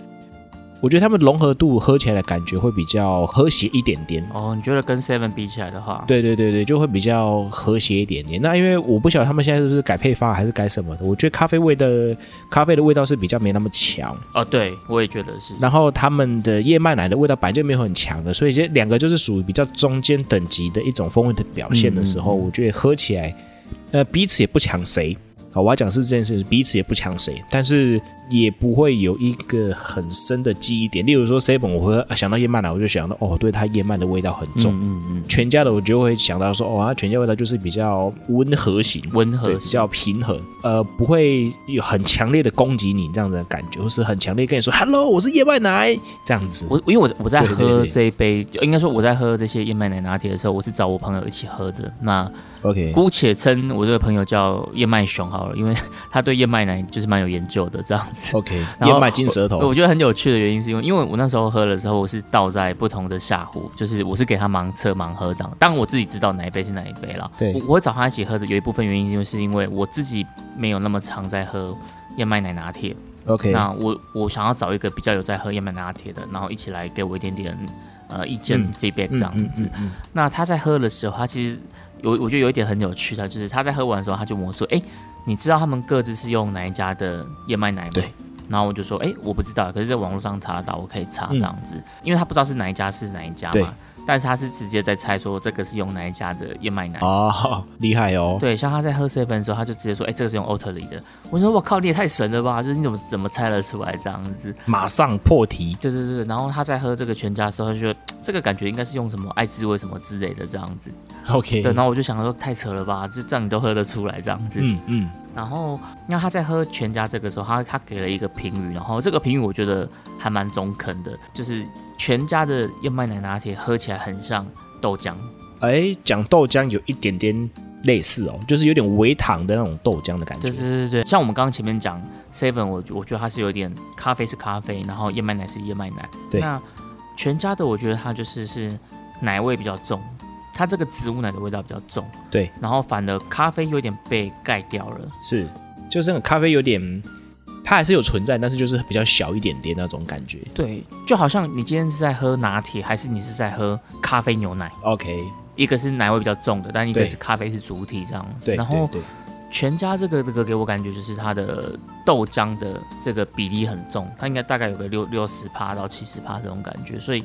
Speaker 2: 我觉得它们融合度喝起来的感觉会比较和谐一点点。
Speaker 1: 哦，你觉得跟 Seven 比起来的话，
Speaker 2: 对对对对，就会比较和谐一点点。那因为我不晓得他们现在是不是改配方还是改什么的，我觉得咖啡味的咖啡的味道是比较没那么强，
Speaker 1: 哦，对我也觉得是。
Speaker 2: 然后他们的燕麦奶的味道本来就没有很强的，所以这两个就是属于比较中间等级的一种风味的表现的时候，
Speaker 1: 嗯
Speaker 2: 我觉得喝起来，呃，彼此也不抢谁。好，我要讲是这件事，彼此也不抢谁，但是也不会有一个很深的记忆点。例如说 seven，我会想到燕麦奶，我就想到哦，对它燕麦的味道很重。
Speaker 1: 嗯嗯
Speaker 2: 全家的我就会想到说，哦，它全家味道就是比较温和型，
Speaker 1: 嗯，温和
Speaker 2: 对，比较平衡，呃，不会有很强烈的攻击你这样子的感觉，或是很强烈跟你说 “hello，我是燕麦奶”这样子。
Speaker 1: 我因为我我在
Speaker 2: 对对对
Speaker 1: 喝
Speaker 2: 对
Speaker 1: 这一杯，就应该说我在喝这些燕麦奶拿铁的时候，我是找我朋友一起喝的。那
Speaker 2: OK，
Speaker 1: 姑且称我这个朋友叫燕麦熊好了，因为 他对燕麦奶就是蛮有研究的这样子。
Speaker 2: OK，
Speaker 1: 然后
Speaker 2: 燕麦金舌
Speaker 1: 我
Speaker 2: 头
Speaker 1: 我觉得很有趣的原因是因为，因为我那时候喝了之后，我是倒在不同的下壶，就是我是给他盲测盲喝这样。当然我自己知道哪一杯是哪一杯了。
Speaker 2: 对
Speaker 1: 我我会找他一起喝的，有一部分原因就是因为我自己没有那么常在喝燕麦奶拿铁，
Speaker 2: ，OK，
Speaker 1: 那我我想要找一个比较有在喝燕麦拿铁的，然后一起来给我一点点呃意见、
Speaker 2: 嗯
Speaker 1: feedback
Speaker 2: 嗯
Speaker 1: 这样子。
Speaker 2: 嗯嗯
Speaker 1: 那他在喝的时候，他其实有我觉得有一点很有趣的，就是他在喝完的时候，他就问我说：“哎、你知道他们各自是用哪一家的燕麦奶吗？”
Speaker 2: 对。
Speaker 1: 然后我就说：“哎、我不知道，可是在网络上查得到，我可以查这
Speaker 2: 嗯
Speaker 1: 样子，因为他不知道是哪一家是哪一家
Speaker 2: 对
Speaker 1: 嘛。但是他是直接在猜说这个是用哪一家的燕麦奶。
Speaker 2: 嗯哦，厉害哦，
Speaker 1: 哎对，像他在喝 seven 的时候，他就直接说：“哎、这个是用 Oatly 的。”我说：“我靠，你也太神了吧！就是你怎么怎么猜得出来这样子？”
Speaker 2: 马上破题。
Speaker 1: 对对对，然后他在喝这个全家的时候，他就觉得这个感觉应该是用什么爱滋味什么之类的这样子。
Speaker 2: OK，
Speaker 1: 对，然后我就想说太扯了吧，就这样你都喝得出来这样子。
Speaker 2: 嗯嗯，
Speaker 1: 然后那他在喝全家这个时候，他他给了一个评语，然后这个评语我觉得还蛮中肯的，就是全家的燕麦奶拿铁喝起来很像豆浆。
Speaker 2: 哎，讲豆浆有一点点类似哦，就是有点微糖的那种豆浆的感
Speaker 1: 对
Speaker 2: 觉。
Speaker 1: 对对对，像我们刚刚前面讲 Seven，我我觉得它是有点咖啡是咖啡，然后燕麦奶是燕麦奶。
Speaker 2: 对
Speaker 1: 那全家的我觉得它就是是奶味比较重，它这个植物奶的味道比较重。
Speaker 2: 对，
Speaker 1: 然后反而咖啡有点被盖掉了。
Speaker 2: 是，就是那个咖啡有点，它还是有存在，但是就是比较小一点点那种感觉。
Speaker 1: 对，就好像你今天是在喝拿铁，还是你是在喝咖啡牛奶？
Speaker 2: OK，
Speaker 1: 一个是奶味比较重的，但一个
Speaker 2: 对
Speaker 1: 是咖啡是主体这样子。
Speaker 2: 对，
Speaker 1: 然后
Speaker 2: 对对
Speaker 1: 全家这个这个给我感觉就是它的豆浆的这个比例很重，它应该大概有个六六十趴到七十趴这种感觉，所以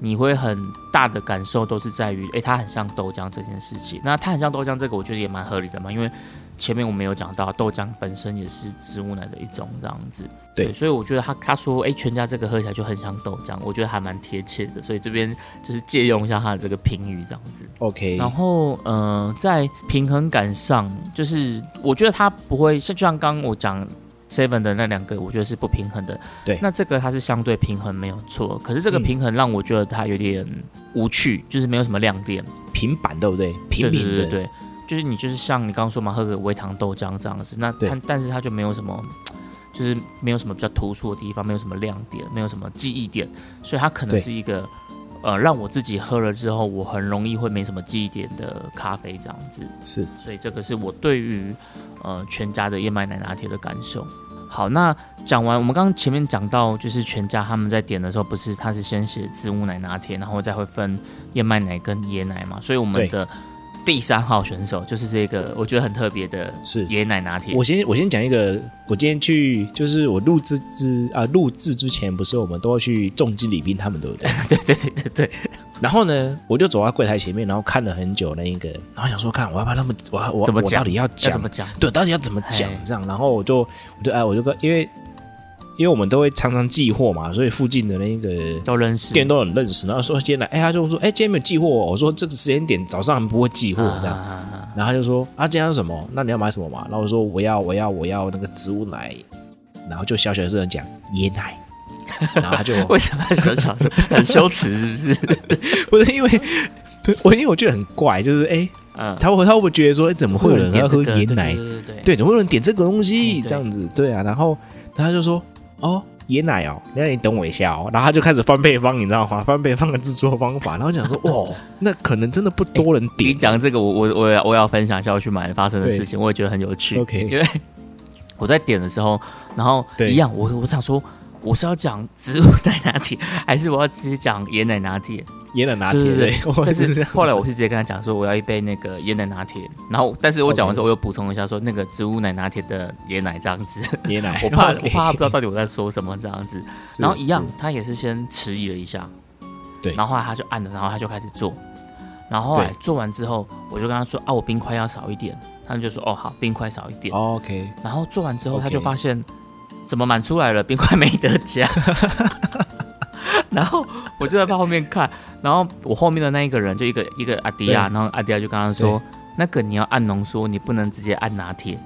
Speaker 1: 你会很大的感受都是在于，诶，它很像豆浆这件事情。那它很像豆浆这个，我觉得也蛮合理的嘛，因为前面我们有讲到豆浆本身也是植物奶的一种这样子。
Speaker 2: 对
Speaker 1: 所以我觉得他他说，诶，全家这个喝起来就很像豆浆，我觉得还蛮贴切的，所以这边就是借用一下他的这个评语这样子。
Speaker 2: OK，
Speaker 1: 然后，呃，在平衡感上，就是我觉得它不会像就像刚刚我讲 Seven 的那两个，我觉得是不平衡的。
Speaker 2: 对
Speaker 1: 那这个它是相对平衡没有错，可是这个
Speaker 2: 嗯
Speaker 1: 平衡让我觉得它有点无趣，就是没有什么亮点。
Speaker 2: 平板对不对？平
Speaker 1: 对
Speaker 2: 民
Speaker 1: 对
Speaker 2: 的，
Speaker 1: 对对对，就是你就是像你刚刚说嘛，喝个微糖豆浆这样子，那
Speaker 2: 对
Speaker 1: 它但是它就没有什么。就是没有什么比较突出的地方，没有什么亮点，没有什么记忆点，所以它可能
Speaker 2: 对
Speaker 1: 是一个，呃，让我自己喝了之后，我很容易会没什么记忆点的咖啡这样子。
Speaker 2: 是
Speaker 1: 所以这个是我对于呃全家的燕麦奶拿铁的感受。好，那讲完，我们刚刚前面讲到，就是全家他们在点的时候，不是他是先写植物奶拿铁，然后再会分燕麦奶跟椰奶嘛，所以我们
Speaker 2: 对
Speaker 1: 的第三号选手就是这个，我觉得很特别的
Speaker 2: 是。
Speaker 1: 椰奶拿铁。
Speaker 2: 我先我先讲一个，我今天去就是我录制之啊录制之前，不是我们都要去重金礼宾他们 对不对？
Speaker 1: 对对对对对，
Speaker 2: 然后呢，我就走到柜台前面，然后看了很久那一个，然后想说看我要不要那么我要我
Speaker 1: 怎么
Speaker 2: 我
Speaker 1: 讲
Speaker 2: 到底要
Speaker 1: 要
Speaker 2: 讲
Speaker 1: 怎么讲？
Speaker 2: 对，到底要怎么讲
Speaker 1: 嘿
Speaker 2: 这样？然后我就我就哎我就跟因为因为我们都会常常寄货嘛，所以附近的那个
Speaker 1: 都认识，
Speaker 2: 店都很认识，然后说今天来，哎、他就说，哎、今天没有寄货哦、我说这个时间点早上不会寄货这样，
Speaker 1: 啊
Speaker 2: 然后他就说啊，今天要什么？那你要买什么嘛？然后我说我要我要我要那个植物奶，然后就小学生讲椰奶，然后他 就
Speaker 1: 为什么小小声很羞耻？是不是？
Speaker 2: 不是因为我因为我觉得很怪，就是哎、
Speaker 1: 嗯，
Speaker 2: 他会他会不会觉得说哎、怎么会有人要喝
Speaker 1: 点
Speaker 2: 椰
Speaker 1: 这个
Speaker 2: 奶？
Speaker 1: 对对对对
Speaker 2: 对，怎么会有人点这个东西
Speaker 1: 哎对
Speaker 2: 这样子？对啊，然后他就说哦，椰奶哦，那你等我一下哦，然后他就开始翻配方，你知道吗？翻配方的制作方法，然后讲说哇， 那可能真的不多人
Speaker 1: 你
Speaker 2: 点，
Speaker 1: 讲这个，我我我也我也要分享一下我去买发生的事情，我也觉得很有趣。
Speaker 2: OK
Speaker 1: 因为我在点的时候，然后
Speaker 2: 对
Speaker 1: 一样，我我想说我是要讲植物奶拿铁，还是我要直接讲椰奶拿铁？
Speaker 2: 椰奶拿铁，
Speaker 1: 哎对对对
Speaker 2: 对， 我
Speaker 1: 但
Speaker 2: 是这
Speaker 1: 是
Speaker 2: 样
Speaker 1: 后来
Speaker 2: 子
Speaker 1: 我是直接跟他讲说我要一杯那个椰奶拿铁，然后但是我讲完之后，我又补充一下说那个植物奶拿铁的椰奶这样子，
Speaker 2: 椰奶，
Speaker 1: 我怕
Speaker 2: 哎 OK
Speaker 1: 我怕他不知道到底我在说什么这样子。
Speaker 2: 是
Speaker 1: 然后一样，他也是先迟疑了一下，
Speaker 2: 对
Speaker 1: 然后后来他就按了，然后他就开始做，然后后来
Speaker 2: 对
Speaker 1: 做完之后，我就跟他说啊，我冰块要少一点，他就说哦好，冰块少一
Speaker 2: 是
Speaker 1: 点，
Speaker 2: OK，
Speaker 1: 然后做完之后
Speaker 2: OK
Speaker 1: 他就发现怎么满出来了，冰块没得加， 然后我就在他后面看，然后我后面的那一个人就一个一个阿迪亚，然后阿迪亚就跟他说。那个你要按浓缩，你不能直接按拿铁。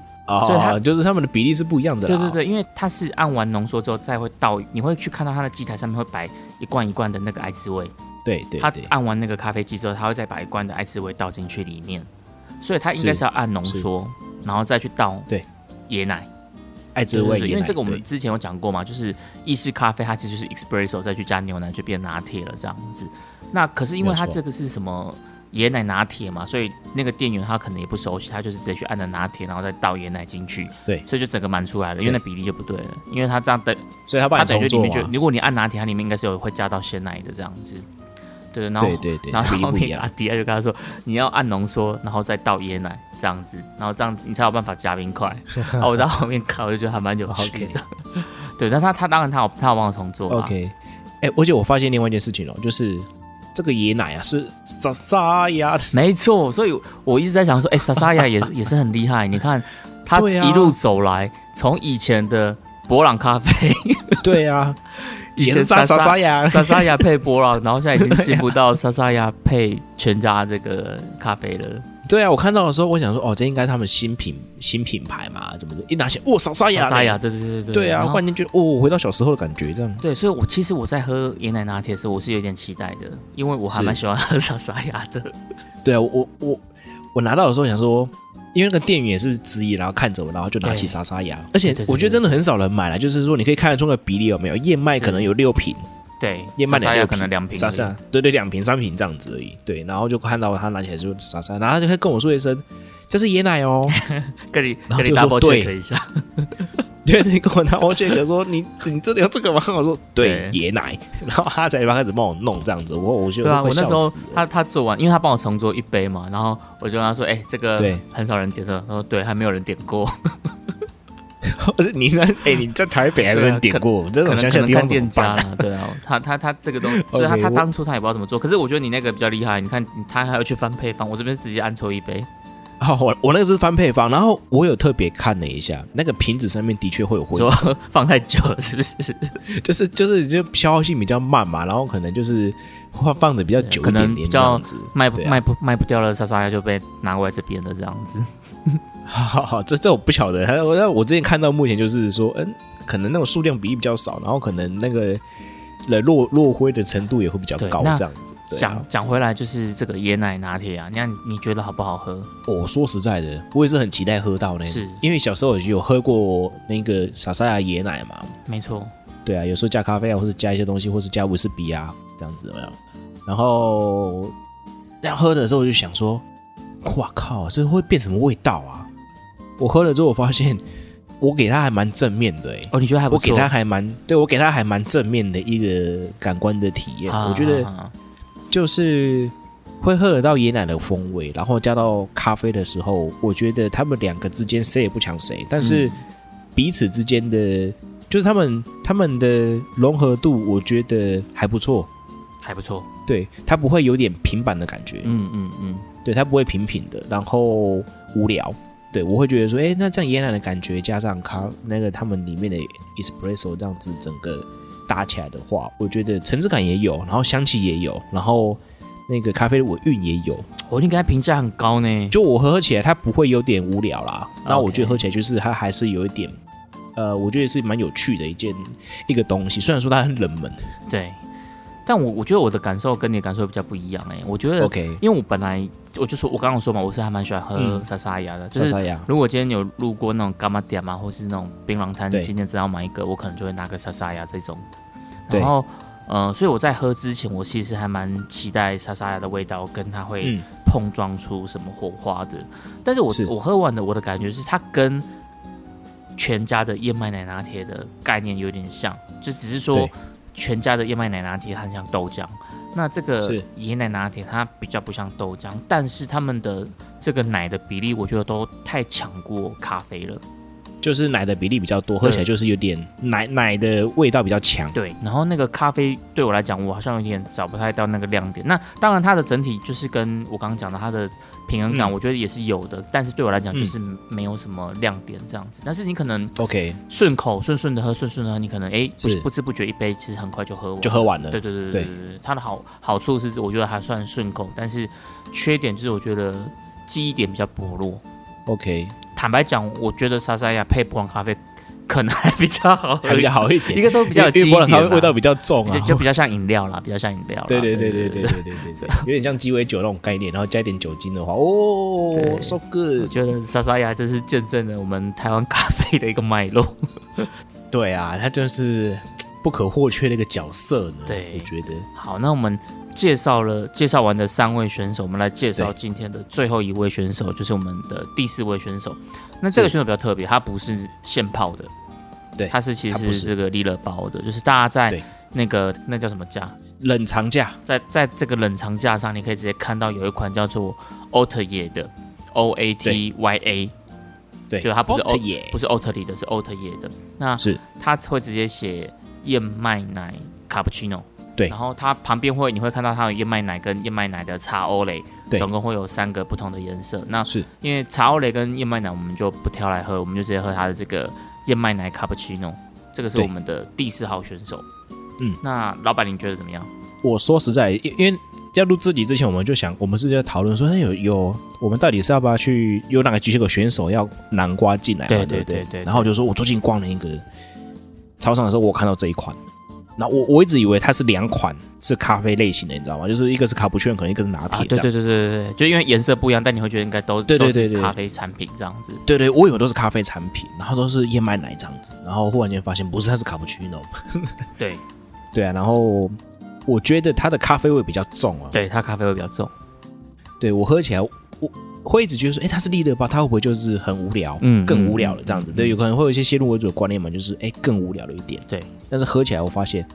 Speaker 1: 所以他
Speaker 2: 哦，就是他们的比例是不一样的
Speaker 1: 对
Speaker 2: 啦，
Speaker 1: 对对，因为它是按完浓缩之后再会倒，你会去看到它的机台上面会摆一罐一罐的那个艾滋味。
Speaker 2: 对对
Speaker 1: 他
Speaker 2: 对，
Speaker 1: 按完那个咖啡机之后，他会再把一罐的艾滋味倒进去里面，所以他应该是要按浓缩，然后再去倒
Speaker 2: 对
Speaker 1: 椰奶，
Speaker 2: 爱滋味椰奶，
Speaker 1: 因为这个我们
Speaker 2: 对
Speaker 1: 之前有讲过嘛，就是意式咖啡它其实就是 espresso 再去加牛奶就变拿铁了这样子。那可是因为它
Speaker 2: 没有错
Speaker 1: 这个是什么椰奶拿铁嘛，所以那个店员他可能也不熟悉，他就是直接去按了拿铁，然后再倒椰奶进去，
Speaker 2: 对
Speaker 1: 所以就整个满出来了，因为那比例就不对了，因为他这样等
Speaker 2: 所以他帮
Speaker 1: 它
Speaker 2: 你
Speaker 1: 等于
Speaker 2: 重
Speaker 1: 就里
Speaker 2: 做
Speaker 1: 面就
Speaker 2: 嘛，
Speaker 1: 如果你按拿铁，它里面应该是有会加到鲜奶的这样子。对，然后
Speaker 2: 对对对，
Speaker 1: 然后
Speaker 2: 比例
Speaker 1: 后
Speaker 2: 不一
Speaker 1: 面阿
Speaker 2: 样，
Speaker 1: 迪亚就跟他说，你要按浓缩，然后再倒椰奶这样子，然后这样子你才有办法加 冰块。然后我在后面看，我就觉得还蛮有趣的。对，但他他当然他有他有帮我重做啊啦
Speaker 2: OK，哎、而且我发现另外一件事情哦，就是这个椰奶啊是沙沙呀，
Speaker 1: 没错，所以我一直在想说，哎、莎莎亚也是 也是很厉害，你看他
Speaker 2: 对啊
Speaker 1: 一路走来，从以前的博朗咖 啡，
Speaker 2: 对啊，
Speaker 1: 以
Speaker 2: 也
Speaker 1: 前
Speaker 2: 是
Speaker 1: 莎
Speaker 2: 沙沙
Speaker 1: 莎
Speaker 2: 沙呀，
Speaker 1: 莎莎亚配博朗，然后现在已经进步到莎莎亚配全家这个咖啡了。
Speaker 2: 对啊，我看到的时候我想说，哦，这应该是他们新品新品牌嘛，怎么的？一拿起来，哇，哦沙沙呀，
Speaker 1: 莎莎亚，对对对对
Speaker 2: 对啊，
Speaker 1: 然
Speaker 2: 忽
Speaker 1: 后
Speaker 2: 然间觉得，哦，我回到小时候的感觉，这样
Speaker 1: 对，所以我其实我在喝椰奶拿铁的时候，我是有点期待的，因为我还
Speaker 2: 是
Speaker 1: 蛮喜欢喝莎莎雅的。
Speaker 2: 对啊，我我我我拿到的时候想说，因为那个店员也是质疑，然后看着我，然后就拿起
Speaker 1: 对
Speaker 2: 沙沙牙，而且
Speaker 1: 对对对
Speaker 2: 我觉得真的很少人买了，就是说你可以看得出那个比例有没有，燕麦
Speaker 1: 是
Speaker 2: 可能有六瓶，
Speaker 1: 对，
Speaker 2: 燕麦
Speaker 1: 莎莎
Speaker 2: 奶
Speaker 1: 雅
Speaker 2: 有
Speaker 1: 可能两瓶而已，
Speaker 2: 沙沙，对对，两瓶三瓶这样子而已，对，然后就看到他拿起来就沙沙，然后他就会跟我说一声。这是椰奶 哦，
Speaker 1: 跟你
Speaker 2: 然后
Speaker 1: 跟你
Speaker 2: 就说
Speaker 1: double
Speaker 2: 对
Speaker 1: check 一下，
Speaker 2: 对，你跟我拿 O check 说你你真的有这个吗？我说对，
Speaker 1: 对
Speaker 2: 椰奶，然后他才开始帮我弄这样子，我我就
Speaker 1: 对啊，我那时候他
Speaker 2: 他
Speaker 1: 他做完，因为他帮我重做一杯嘛，然后我就跟他说，哎、这个
Speaker 2: 对
Speaker 1: 很少人点的，他说对，还没有人点过，
Speaker 2: 你那哎你在台北还没
Speaker 1: 对啊
Speaker 2: 人点过，这
Speaker 1: 可
Speaker 2: 种
Speaker 1: 能
Speaker 2: 乡
Speaker 1: 可
Speaker 2: 下
Speaker 1: 能
Speaker 2: 地
Speaker 1: 看
Speaker 2: 方怎
Speaker 1: 店
Speaker 2: 么
Speaker 1: 家
Speaker 2: 办啊？
Speaker 1: 啦，对啊，他他他这个东 西，所以他
Speaker 2: OK，
Speaker 1: 他
Speaker 2: 我
Speaker 1: 当初他也不知道怎么做，可是我觉得你那个比较厉害，你看他还要去翻配方，我这边是直接按错一杯，
Speaker 2: 好，啊我我那个是翻配方，然后我有特别看了一下，那个瓶子上面的确会有灰
Speaker 1: 说 放太久了是不是？
Speaker 2: 就是就是就消耗性比较慢嘛，然后可能就是放放的比较久
Speaker 1: 可
Speaker 2: 一
Speaker 1: 能
Speaker 2: 点点
Speaker 1: 比
Speaker 2: 这
Speaker 1: 较
Speaker 2: 样子，
Speaker 1: 卖不、
Speaker 2: 对啊
Speaker 1: 卖不卖不掉了，莎莎就被拿过来这边的这样子。
Speaker 2: 好好好，这这我不晓得。还有，我我之前看到目前就是说，嗯，可能那种数量比例比较少，然后可能那个呃落落灰的程度也会比较
Speaker 1: 对
Speaker 2: 高
Speaker 1: 那，
Speaker 2: 这样子。对啊
Speaker 1: 讲讲回来，就是这个椰奶拿铁啊，那你你觉得好不好喝？
Speaker 2: 哦我、说实在的，我也是很期待喝到呢，
Speaker 1: 是
Speaker 2: 因为小时候也有喝过那个傻傻的椰奶嘛，
Speaker 1: 没错，
Speaker 2: 对啊，有时候加咖啡啊，或是加一些东西，或是加威士比啊，这样子有没有？然后要喝的时候，我就想说，哇靠，这会变什么味道啊？我喝了之后，我发现我给它还蛮正面的诶、欸
Speaker 1: 哦，你觉得还不
Speaker 2: 我给
Speaker 1: 错？
Speaker 2: 他还蛮，对我给他还蛮正面的一个感官的体验。
Speaker 1: 啊
Speaker 2: 我觉得
Speaker 1: 啊
Speaker 2: 就是会喝得到椰奶的风味，然后加到咖啡的时候，我觉得他们两个之间谁也不抢谁，但是
Speaker 1: 嗯
Speaker 2: 彼此之间的，就是他们他们的融合度，我觉得还不错。
Speaker 1: 还不错，
Speaker 2: 对，它不会有点平板的感觉，
Speaker 1: 嗯嗯嗯，
Speaker 2: 对，它不会平平的，然后无聊。对，我会觉得说，哎，那这样椰奶的感觉加上咖那个他们里面的 espresso 这样子整个搭起来的话，我觉得层次感也有，然后香气也有，然后那个咖啡的尾韵也有。
Speaker 1: 我应该评价很高呢。
Speaker 2: 就我喝起来，它不会有点无聊啦。那我
Speaker 1: OK
Speaker 2: 觉得喝起来就是它还是有一点，呃，我觉得是蛮有趣的一件一个东西。虽然说它很冷门
Speaker 1: 对，但我我觉得我的感受跟你的感受比较不一样哎、我觉得
Speaker 2: ，OK，
Speaker 1: 因为我本来我就说，我刚刚有说嘛，我是还蛮喜欢喝
Speaker 2: 嗯
Speaker 1: 莎莎雅的，就
Speaker 2: 莎
Speaker 1: 是
Speaker 2: 莎呀，
Speaker 1: 如果今天有路过那种干妈店嘛，啊或是那种槟榔摊，
Speaker 2: 对
Speaker 1: 今天只要买一个，我可能就会拿个莎莎雅这种。
Speaker 2: 对
Speaker 1: 然后，呃，所以我在喝之前，我其实还蛮期待莎莎雅的味道，跟它会
Speaker 2: 嗯，
Speaker 1: 碰撞出什么火花的。但是我
Speaker 2: 是
Speaker 1: 我喝完的，我的感觉是它跟全家的燕麦奶拿铁的概念有点像，就只是说
Speaker 2: 对
Speaker 1: 全家的燕麦奶拿铁它很像豆浆，那这个
Speaker 2: 是
Speaker 1: 椰奶拿铁它比较不像豆浆，但是他们的这个奶的比例，我觉得都太抢过咖啡了。
Speaker 2: 就是奶的比例比较多，喝起来就是有点奶奶的味道比较强。
Speaker 1: 对，然后那个咖啡对我来讲，我好像有点找不太到那个亮点。那当然，它的整体就是跟我刚刚讲的它的平衡感，
Speaker 2: 嗯
Speaker 1: 我觉得也是有的，但是对我来讲就是没有什么亮点这样子。但是你可能
Speaker 2: OK，
Speaker 1: 顺口顺顺的喝，顺顺的喝，你可能哎不
Speaker 2: 是
Speaker 1: 不知不觉一杯其实很快就喝完，
Speaker 2: 就喝完了
Speaker 1: 对。对对对对对对，它的好好处是我觉得还算顺口，但是缺点就是我觉得记忆点比较薄弱。
Speaker 2: OK，
Speaker 1: 坦白讲，我觉得莎莎亚配波朗咖啡可能还比较好喝
Speaker 2: 还比较好一点，
Speaker 1: 应该说比较有记忆
Speaker 2: 因为波
Speaker 1: 点
Speaker 2: 兰咖啡
Speaker 1: 啦
Speaker 2: 味道比较重
Speaker 1: 就
Speaker 2: 啊。
Speaker 1: 就比较像饮料啦，比较像饮料啦。
Speaker 2: 对对对对对对对对对，有点像鸡尾酒那种概念，然后加一点酒精的话，哦
Speaker 1: 对
Speaker 2: ，so
Speaker 1: 我
Speaker 2: good。
Speaker 1: 觉得莎莎雅真是见证了我们台湾咖啡的一个脉络。
Speaker 2: 对啊，它真是不可或缺的一个角色呢。
Speaker 1: 对
Speaker 2: 我觉得
Speaker 1: 好，那我们介绍了介绍完的三位选手，我们来介绍
Speaker 2: 对
Speaker 1: 今天的最后一位选手，就是我们的第四位选手。那这个
Speaker 2: 是
Speaker 1: 选手比较特别，他不是现泡的，
Speaker 2: 对
Speaker 1: 他是其
Speaker 2: 他
Speaker 1: 实
Speaker 2: 不
Speaker 1: 是
Speaker 2: 是
Speaker 1: 这个利乐包的，就是大家在
Speaker 2: 对
Speaker 1: 那个那叫什么架，
Speaker 2: 冷藏价
Speaker 1: 在在这个冷藏架上，你可以直接看到有一款叫做 o t y 的 O A T Y A，
Speaker 2: 对，哦
Speaker 1: 就它不是
Speaker 2: Oat
Speaker 1: oat-
Speaker 2: 耶，
Speaker 1: 不是 o t y 的，是 o t y 的。那
Speaker 2: 是
Speaker 1: 它会直接写燕麦奶卡布奇诺。
Speaker 2: 对
Speaker 1: 然后它旁边会，你会看到它有燕麦奶跟燕麦奶的茶欧蕾，
Speaker 2: 对
Speaker 1: 总共会有三个不同的颜色。那
Speaker 2: 是
Speaker 1: 因为茶欧蕾跟燕麦奶我们就不挑来喝，我们就直接喝它的这个燕麦奶卡布奇诺，这个是
Speaker 2: 对
Speaker 1: 我们的第四号选手。
Speaker 2: 嗯，
Speaker 1: 那老板你觉得怎么样？
Speaker 2: 我说实在，因因为要录自己之前，我们就想，我们是在讨论说，那有有，我们到底是要不要去有哪个举球选手要南瓜进来嘛？
Speaker 1: 对
Speaker 2: 啊对
Speaker 1: 对
Speaker 2: 不
Speaker 1: 对对
Speaker 2: 然后我就说我最近逛了一个超商的时候，我看到这一款，然后我我一直以为它是两款是咖啡类型的，你知道吗？就是一个是卡布奇诺，可能一个是拿铁
Speaker 1: 啊对
Speaker 2: 这样。
Speaker 1: 对对对对对，就因为颜色不一样，但你会觉得应该都
Speaker 2: 对对
Speaker 1: 都
Speaker 2: 对对
Speaker 1: 是咖啡产品这样子。
Speaker 2: 对对，我以为都是咖啡产品，然后都是燕麦奶这样子，然后忽然间发现不是，它是卡布奇诺。
Speaker 1: 对，
Speaker 2: 对啊，然后我觉得它的咖啡味比较重啊。
Speaker 1: 对，它咖啡会比较重。
Speaker 2: 对我喝起来，我会一直觉得说，哎、它是利乐包，它会不会就是很无聊，
Speaker 1: 嗯
Speaker 2: 更无聊了这样子？
Speaker 1: 嗯嗯
Speaker 2: 对，有可能会有一些先入为主的观念嘛，就是哎、更无聊了一点。
Speaker 1: 对，
Speaker 2: 但是喝起来我发现，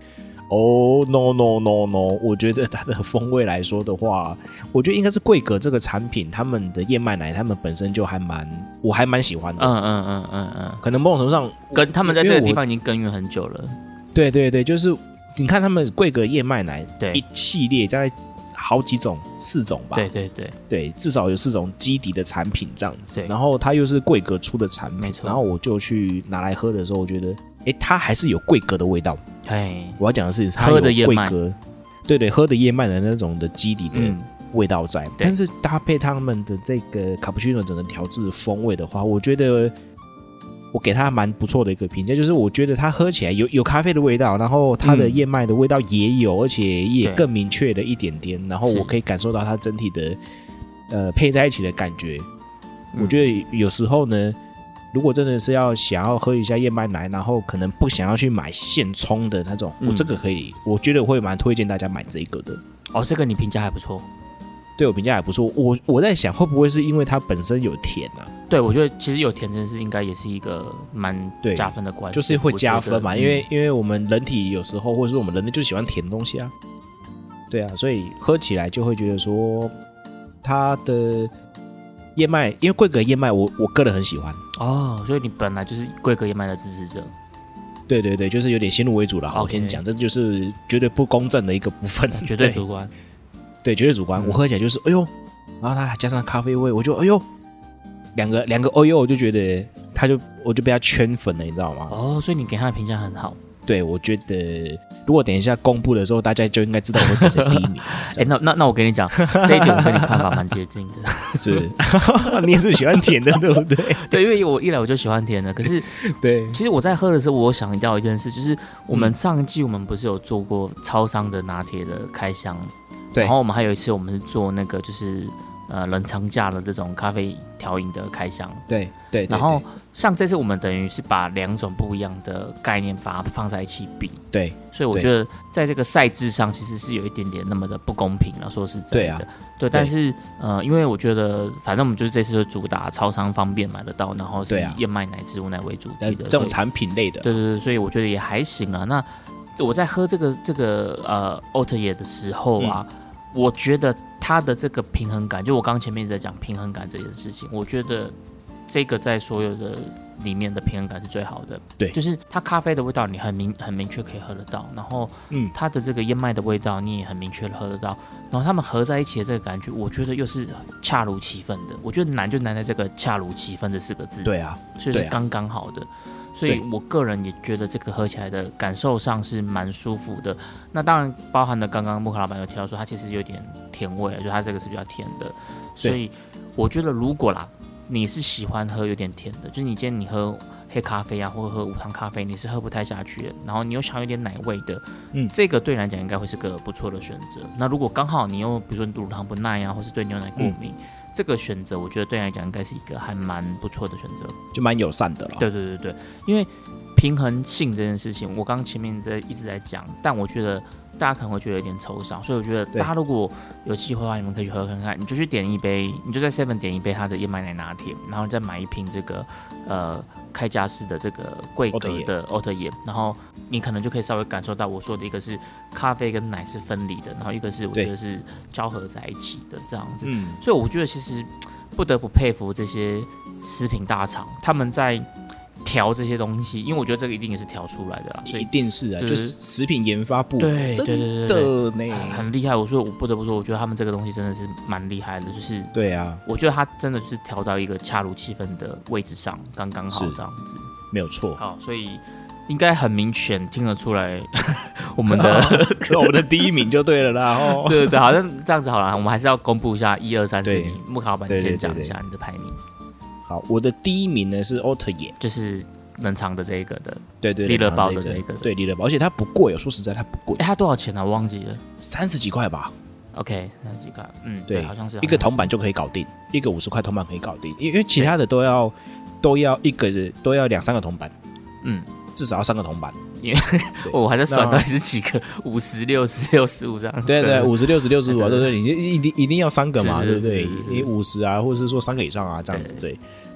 Speaker 2: 哦，no no no no，我觉得它的风味来说的话，我觉得应该是贵格这个产品，他们的燕麦奶，他们本身就还蛮，我还蛮喜欢的。
Speaker 1: 嗯嗯嗯嗯嗯，
Speaker 2: 可能某种程度上，
Speaker 1: 跟他们在
Speaker 2: 因
Speaker 1: 这
Speaker 2: 为
Speaker 1: 个
Speaker 2: 我
Speaker 1: 地方已经耕耘很久了。
Speaker 2: 对对对，就是你看他们贵格燕麦奶
Speaker 1: 对
Speaker 2: 一系列，大概好几种，四种吧。
Speaker 1: 对对对，
Speaker 2: 对，至少有四种基底的产品这样子
Speaker 1: 对，
Speaker 2: 然后它又是贵格出的产品，
Speaker 1: 没错
Speaker 2: 然后我就去拿来喝的时候，我觉得，诶，它还是有贵格的味道。
Speaker 1: 哎，
Speaker 2: 我要讲的是，它
Speaker 1: 喝的
Speaker 2: 有
Speaker 1: 燕
Speaker 2: 贵
Speaker 1: 麦
Speaker 2: 格，对对，喝的燕麦的那种的基底的
Speaker 1: 嗯，
Speaker 2: 味道在，但是搭配他们的这个卡布奇诺整个调制风味的话，我觉得我给它蛮不错的一个评价，就是我觉得它喝起来有有咖啡的味道，然后它的
Speaker 1: 嗯
Speaker 2: 燕麦的味道也有，而且也
Speaker 1: 对
Speaker 2: 更明确了一点点，然后
Speaker 1: 是
Speaker 2: 我可以感受到它整体的呃配在一起的感觉。
Speaker 1: 嗯
Speaker 2: 我觉得有时候呢，如果真的是要想要喝一下燕麦奶，然后可能不想要去买现冲的那种，
Speaker 1: 嗯
Speaker 2: 我这个可以，我觉得我会蛮推荐大家买这个的。
Speaker 1: 哦，这个你评价还不错。
Speaker 2: 对我评价还不错。我我在想，会不会是因为它本身有甜啊，
Speaker 1: 对，我觉得其实有甜真是应该也是一个蛮
Speaker 2: 对
Speaker 1: 加分的关系，
Speaker 2: 就是会加分
Speaker 1: 我
Speaker 2: 嘛？
Speaker 1: 觉得嗯
Speaker 2: 因为、因为我们人体有时候，或者是我们人类就喜欢甜的东西啊。对啊，所以喝起来就会觉得说，它的燕麦，因为桂格燕麦我，我个人很喜欢。
Speaker 1: 哦，所以你本来就是贵格燕麦的支持 者。
Speaker 2: 对对对，就是有点先入为主了。好，我
Speaker 1: OK
Speaker 2: 先讲，这就是绝对不公正的一个部分，
Speaker 1: 绝对主观，
Speaker 2: 对，绝对主观。
Speaker 1: 嗯
Speaker 2: 我喝起来就是，哎呦，然后它还加上咖啡味，我就哎呦，两个两个哎呦，我就觉得它就我就被它圈粉了，你知道吗？
Speaker 1: 哦，所以你给他的评价很好，
Speaker 2: 对我觉得，如果等一下公布的时候，大家就应该知道我会选谁第一 名。
Speaker 1: 哎、那那那我跟你 讲，这一点我跟你看法蛮接近的。
Speaker 2: 是， 你也是喜欢甜的，对不对？
Speaker 1: 对，因为我一来我就喜欢甜的，可是
Speaker 2: 对，
Speaker 1: 其实我在喝的时候，我有想到一件事，就是我
Speaker 2: 嗯
Speaker 1: 们上一季我们不是有做过超商的拿铁的开箱，
Speaker 2: 对
Speaker 1: 然后我们还有一次我们是做那个就是呃冷藏架的这种咖啡调饮的开箱，
Speaker 2: 对对，对
Speaker 1: 然后像这次我们等于是把两种不一样的概念把它放在一起比，
Speaker 2: 对
Speaker 1: 所以我
Speaker 2: 对
Speaker 1: 觉得在这个赛制上其实是有一点点那么的不公平了，说是真的。
Speaker 2: 对啊
Speaker 1: 对但是呃，因为我觉得反正我们就是这次就主打超商方便买得到，然后是
Speaker 2: 对
Speaker 1: 以
Speaker 2: 啊
Speaker 1: 燕麦奶、植物奶为主
Speaker 2: 那
Speaker 1: 题的
Speaker 2: 这种
Speaker 1: 所以
Speaker 2: 产品类的，
Speaker 1: 对对对，所以我觉得也还行啊。那我在喝这个这个呃奥特野的时候啊，
Speaker 2: 嗯
Speaker 1: 我觉得它的这个平衡感，就我刚前面一直在讲平衡感这件事情，我觉得这个在所有的里面的平衡感是最好的。
Speaker 2: 对
Speaker 1: 就是它咖啡的味道你很明很明确可以喝得到，然后
Speaker 2: 嗯，
Speaker 1: 它的这个燕麦的味道你也很明确的喝得到，然后它们合在一起的这个感觉，我觉得又是恰如其分的。我觉得难就难在这个恰如其分这四个字。
Speaker 2: 对啊，
Speaker 1: 所以是
Speaker 2: 对啊
Speaker 1: 刚刚好的。所以
Speaker 2: 对
Speaker 1: 我个人也觉得这个喝起来的感受上是蛮舒服的。那当然包含了刚刚木克老板有提到说，它其实有点甜味，就它这个是比较甜的。所以我觉得如果啦，你是喜欢喝有点甜的，就是你今天你喝黑咖啡啊，或者喝无糖咖啡，你是喝不太下去的。然后你又想要有点奶味的，
Speaker 2: 嗯
Speaker 1: 这个对你来讲应该会是个不错的选择。那如果刚好你又比如说你乳糖不耐啊，或是对牛奶过敏，
Speaker 2: 嗯
Speaker 1: 这个选择我觉得对你来讲应该是一个还蛮不错的选择。
Speaker 2: 就蛮友善的了。
Speaker 1: 对对对对，因为平衡性这件事情，我刚前面在一直在讲，但我觉得大家可能会觉得有点抽象，所以我觉得
Speaker 2: 对
Speaker 1: 大家如果有机会的话，你们可以去喝看看，你就去点一杯，你就在 Seven 点一杯它的燕麦奶拿铁，然后再买一瓶这个呃开架式的这个贵
Speaker 2: 欧特
Speaker 1: 格
Speaker 2: 耶
Speaker 1: 的欧特耶，然后你可能就可以稍微感受到我说的一个是咖啡跟奶是分离的，然后一个是我觉
Speaker 2: 对
Speaker 1: 得是交合在一起的这样子。
Speaker 2: 嗯，
Speaker 1: 所以我觉得其实不得不佩服这些食品大厂，他们在调这些东西，因为我觉得这个一定也是调出来的啦，所
Speaker 2: 一
Speaker 1: 以
Speaker 2: 定是啊，
Speaker 1: 对
Speaker 2: 就是食品研发部，
Speaker 1: 对对
Speaker 2: 真
Speaker 1: 对对对
Speaker 2: 的
Speaker 1: 很
Speaker 2: 呢，
Speaker 1: 很厉害。我说我不得不说，我觉得他们这个东西真的是蛮厉害的，就是
Speaker 2: 对啊，
Speaker 1: 我觉得它真的是调到一个恰如其分的位置上，刚刚好
Speaker 2: 是
Speaker 1: 这样子。
Speaker 2: 没有错。
Speaker 1: 好，所以应该很明显听得出来 我们 的
Speaker 2: 那我的第一名就对了啦。哦，
Speaker 1: 对对对，好像这样子好了，我们还是要公布一下一二三四
Speaker 2: 对
Speaker 1: 名。木卡老板
Speaker 2: 对
Speaker 1: 先
Speaker 2: 对对
Speaker 1: 讲一
Speaker 2: 对
Speaker 1: 下你的排名，
Speaker 2: 好，我的第一名呢是欧特野，
Speaker 1: 就是冷藏的这一个的。
Speaker 2: 对对，
Speaker 1: 利乐
Speaker 2: 冷藏
Speaker 1: 包的这
Speaker 2: 这
Speaker 1: 一个
Speaker 2: 对利乐包，而且它不贵哦，说实在它不贵
Speaker 1: 哎、，它多少钱呢、我忘记了。
Speaker 2: 三十几块吧，
Speaker 1: OK，那几个，嗯，对，
Speaker 2: 对
Speaker 1: 好像是
Speaker 2: 一个铜
Speaker 1: 板，
Speaker 2: 板就可以搞定，一个五十块铜板可以搞定，因为因为其他的都要都要一个都要两三个铜板，
Speaker 1: 嗯，
Speaker 2: 至少要三个铜板。
Speaker 1: 哦我还在算
Speaker 2: 那
Speaker 1: 到底是几个，五十六、十六、十五这样。
Speaker 2: 对对，五十六十六十五啊，
Speaker 1: 对
Speaker 2: 对对，你就一定一定要三个嘛，
Speaker 1: 是是
Speaker 2: 对不对
Speaker 1: 是是是？
Speaker 2: 你五十啊，或者是说三个以上啊，这样子对。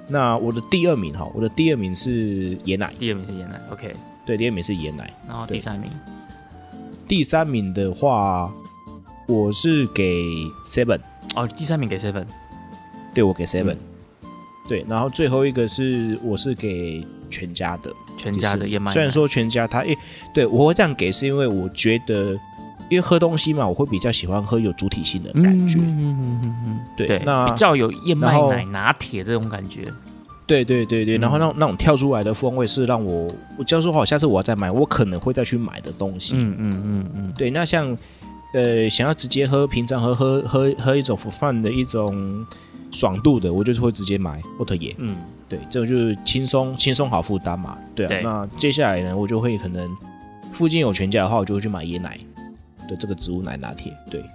Speaker 2: 那我的第二名哈，我的第二名是椰奶，
Speaker 1: 第二名是椰奶，OK，
Speaker 2: 对，第二名是椰奶。
Speaker 1: 然后
Speaker 2: 对
Speaker 1: 第三名
Speaker 2: 第三名的话，我是给 Seven，
Speaker 1: 哦，第三名给 seven，
Speaker 2: 对我给 Seven，对，
Speaker 1: 嗯
Speaker 2: 然后最后一个是我是给全家的，
Speaker 1: 全家
Speaker 2: 就
Speaker 1: 的
Speaker 2: 是
Speaker 1: 燕麦奶。
Speaker 2: 虽然说全家它，诶、对我会这样给，是因为我觉得，因为喝东西嘛，我会比较喜欢喝有主体性的
Speaker 1: 嗯
Speaker 2: 感觉。
Speaker 1: 嗯嗯嗯嗯嗯，
Speaker 2: 对
Speaker 1: 对，
Speaker 2: 那
Speaker 1: 比较有燕麦
Speaker 2: 然后
Speaker 1: 奶拿铁这种感觉。
Speaker 2: 对对对对，
Speaker 1: 嗯
Speaker 2: 然后那种那种跳出来的风味是让我，我就说好，下次我要再买，我可能会再去买的东西。
Speaker 1: 嗯嗯嗯嗯，
Speaker 2: 对，那像呃，想要直接喝，平常喝喝喝喝一种福饭的一种爽度的，我就是会直接买沃特野。
Speaker 1: 嗯，
Speaker 2: 对，这就是轻松轻松好负担嘛。对啊，
Speaker 1: 对
Speaker 2: 那接下来呢，我就会可能附近有全家的话，我就会去买椰奶的这个植物奶拿铁。对，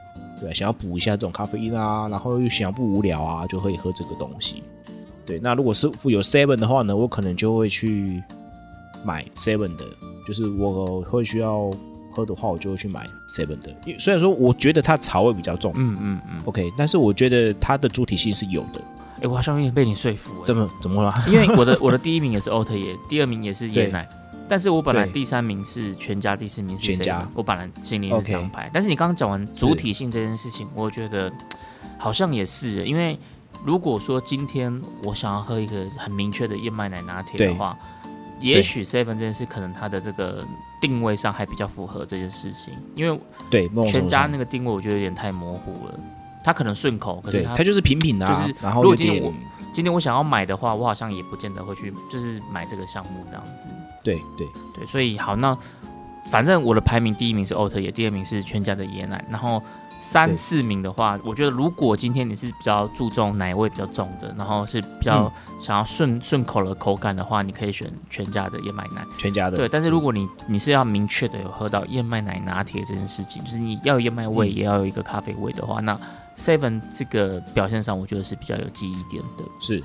Speaker 2: 对啊、想要补一下这种咖啡因啊，然后又想要不无聊啊，就会喝这个东西。对，那如果是有 seven 的话呢，我可能就会去买 seven 的，就是我会需要喝的话，我就会去买 seven 的。因为虽然说我觉得它茶味比较重、
Speaker 1: 嗯嗯嗯，
Speaker 2: o k 但是我觉得它的主体性是有的。
Speaker 1: 哎、我好像有点被你说服、欸，
Speaker 2: 怎么怎么啊了？
Speaker 1: 因为我的我的第一名也是欧特耶，第二名也是椰
Speaker 2: 对
Speaker 1: 奶，但是我本来
Speaker 2: 对
Speaker 1: 第三名是全家，第四名是
Speaker 2: 全家
Speaker 1: seven，我本来心里也是这样排。但是你刚刚讲完主体性这件事情，我觉得好像也是，因为如果说今天我想要喝一个很明确的燕麦奶拿铁的
Speaker 2: 对
Speaker 1: 话，也许 seven 这件事可能它的这个定位上还比较符合这件事情，因为
Speaker 2: 对，某种程
Speaker 1: 全
Speaker 2: 度
Speaker 1: 家
Speaker 2: 上
Speaker 1: 那个定位我觉得有点太模糊了，它可能顺口，可是
Speaker 2: 对，
Speaker 1: 它
Speaker 2: 它就是平平的、啊，
Speaker 1: 就是
Speaker 2: 然后
Speaker 1: 如果
Speaker 2: 有
Speaker 1: 今天
Speaker 2: 点
Speaker 1: 我今天我想要买的话，我好像也不见得会去，就是买这个项目这样子。
Speaker 2: 对对，
Speaker 1: 对，所以好，那反正我的排名第一名是奥特野，第二名是全家的椰奶，然后三
Speaker 2: 对
Speaker 1: 四名的话，我觉得如果今天你是比较注重奶味比较重的，然后是比较想要顺顺口的口感的话，你可以选全家的燕麦奶。
Speaker 2: 全家的。
Speaker 1: 对，但是如果你你是要明确的有喝到燕麦奶拿铁这件事情，就是你要有燕麦味，
Speaker 2: 嗯
Speaker 1: 也要有一个咖啡味的话，那 Seven 这个表现上，我觉得是比较有记忆点的。
Speaker 2: 是，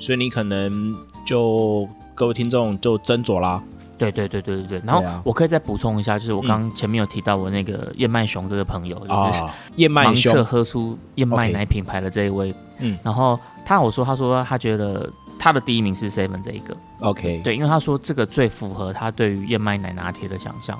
Speaker 2: 所以你可能就各位听众就斟酌啦。
Speaker 1: 对对对对对对。然后
Speaker 2: 对啊嗯
Speaker 1: 我可以再补充一下，就是我刚前面有提到我那个燕麦熊这个朋友，
Speaker 2: 啊
Speaker 1: 就是、
Speaker 2: 燕麦
Speaker 1: 盲测
Speaker 2: 兄，
Speaker 1: 喝出燕麦奶品牌的这一位。
Speaker 2: 嗯
Speaker 1: 然后他有说，他说他觉得他的第一名是 Seven 这一个，
Speaker 2: ，OK，
Speaker 1: 对，因为他说这个最符合他对于燕麦奶拿铁的想象。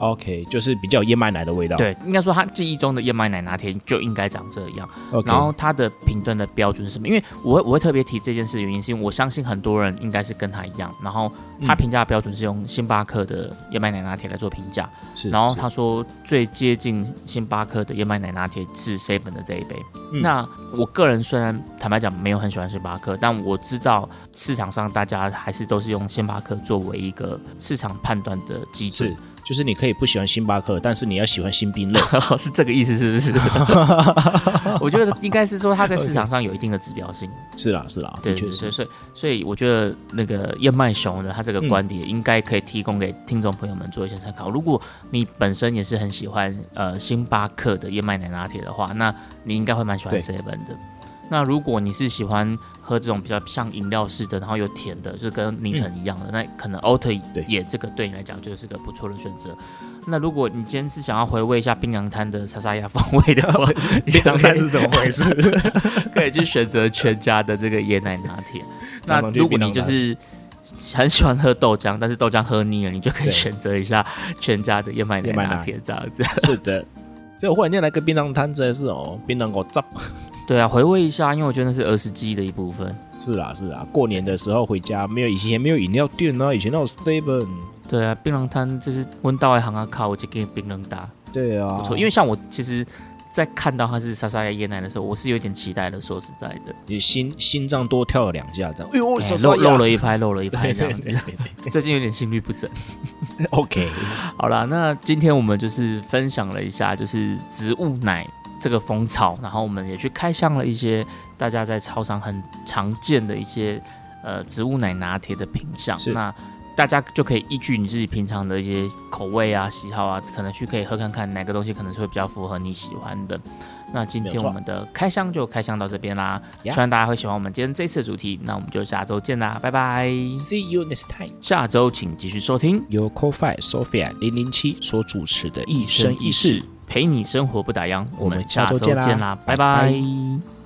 Speaker 2: ，OK，就是比较有燕麦奶的味道。
Speaker 1: 对，应该说他记忆中的燕麦奶拿铁就应该长这样。
Speaker 2: ，OK，
Speaker 1: 然后它的评断的标准是什么？因为我会我会特别提这件事的原因，是因为我相信很多人应该是跟他一样，然后他
Speaker 2: 嗯
Speaker 1: 评价的标准是用星巴克的燕麦奶拿铁来做评价，
Speaker 2: 是，
Speaker 1: 然后
Speaker 2: 是
Speaker 1: 他说最接近星巴克的燕麦奶拿铁是 seven 的这一杯。
Speaker 2: 嗯
Speaker 1: 那我个人虽然坦白讲没有很喜欢星巴克，但我知道市场上大家还是都是用星巴克作为一个市场判断的基准
Speaker 2: 是，就是你可以不喜欢星巴克，但是你要喜欢新冰乐。
Speaker 1: 是这个意思是 不是？我觉得应该是说它在市场上有一定的指标性。
Speaker 2: 是啦，是啦，
Speaker 1: 对
Speaker 2: 的
Speaker 1: 对
Speaker 2: 确
Speaker 1: 对，
Speaker 2: 是。
Speaker 1: 所以所以我觉得那个燕麦熊呢，它这个
Speaker 2: 嗯
Speaker 1: 观点应该可以提供给听众朋友们做一些参考。如果你本身也是很喜欢呃星巴克的燕麦奶拿铁的话，那你应该会蛮喜欢
Speaker 2: 对
Speaker 1: seven 的。那如果你是喜欢喝这种比较像饮料式的，然后有甜的，就跟凌晨一样的，那可能 o t
Speaker 2: 嗯对
Speaker 1: 也这个对你来讲就是个不错的选择。那如果你今天是想要回味一下槟榔摊的沙沙亚风味的 话，你就可以
Speaker 2: 怎么回事？
Speaker 1: 可以去选择全家的这个椰奶拿 铁。啊那
Speaker 2: 蟑螂就
Speaker 1: 如果
Speaker 2: 槟榔
Speaker 1: 你就是很喜欢喝豆浆，但是豆浆喝腻了，你就可以
Speaker 2: 对
Speaker 1: 选择一下全家的燕麦奶
Speaker 2: 燕麦奶
Speaker 1: 拿铁这样子。
Speaker 2: 是的。所以我忽然间来个槟榔摊，真的是哦，槟榔我炸。
Speaker 1: 对啊，回味一下，因为我觉得那是儿时记忆的一部分。
Speaker 2: 是啦，是啦，过年的时候回家没有以前没有饮料店啊，以前那种 seven。
Speaker 1: 对啊，槟榔摊就是温到一行啊，靠，我就给你槟榔打，
Speaker 2: 对啊，
Speaker 1: 不错。因为像我其实，在看到它是莎莎椰奶的时候，我是有点期待的。说实在的，
Speaker 2: 你心心脏多跳了两下，这样，哎呦，
Speaker 1: 哎
Speaker 2: 手
Speaker 1: 漏
Speaker 2: 手
Speaker 1: 漏
Speaker 2: 痒
Speaker 1: 了一拍，漏了 一拍
Speaker 2: 对
Speaker 1: 这
Speaker 2: 对
Speaker 1: 样
Speaker 2: 对
Speaker 1: 子。
Speaker 2: 对对
Speaker 1: 最近有点心律不整。
Speaker 2: 对 OK，
Speaker 1: 好啦，那今天我们就是分享了一下，就是植物奶这个风潮，然后我们也去开箱了一些大家在超商很常见的一些呃植物奶拿铁的品相。
Speaker 2: 是
Speaker 1: 那大家就可以依据你自己平常的一些口味啊、喜好啊，可能去可以喝看看哪个东西可能是会比较符合你喜欢的。那今
Speaker 2: 没
Speaker 1: 天
Speaker 2: 有错
Speaker 1: 我们的开箱就开箱到这边啦，希
Speaker 2: Yeah
Speaker 1: 望大家会喜欢我们今天这次的主题。那我们就下周见啦，拜拜！
Speaker 2: See you next time。
Speaker 1: 下周请继续收听。
Speaker 2: 由 CoFi Sophia 零零七所主持的《
Speaker 1: 一生一世，陪你生活不打烊。我
Speaker 2: 我们
Speaker 1: 们下
Speaker 2: 下
Speaker 1: 周
Speaker 2: 周
Speaker 1: 见
Speaker 2: 见啦
Speaker 1: 啦，拜
Speaker 2: 拜
Speaker 1: 拜
Speaker 2: 拜。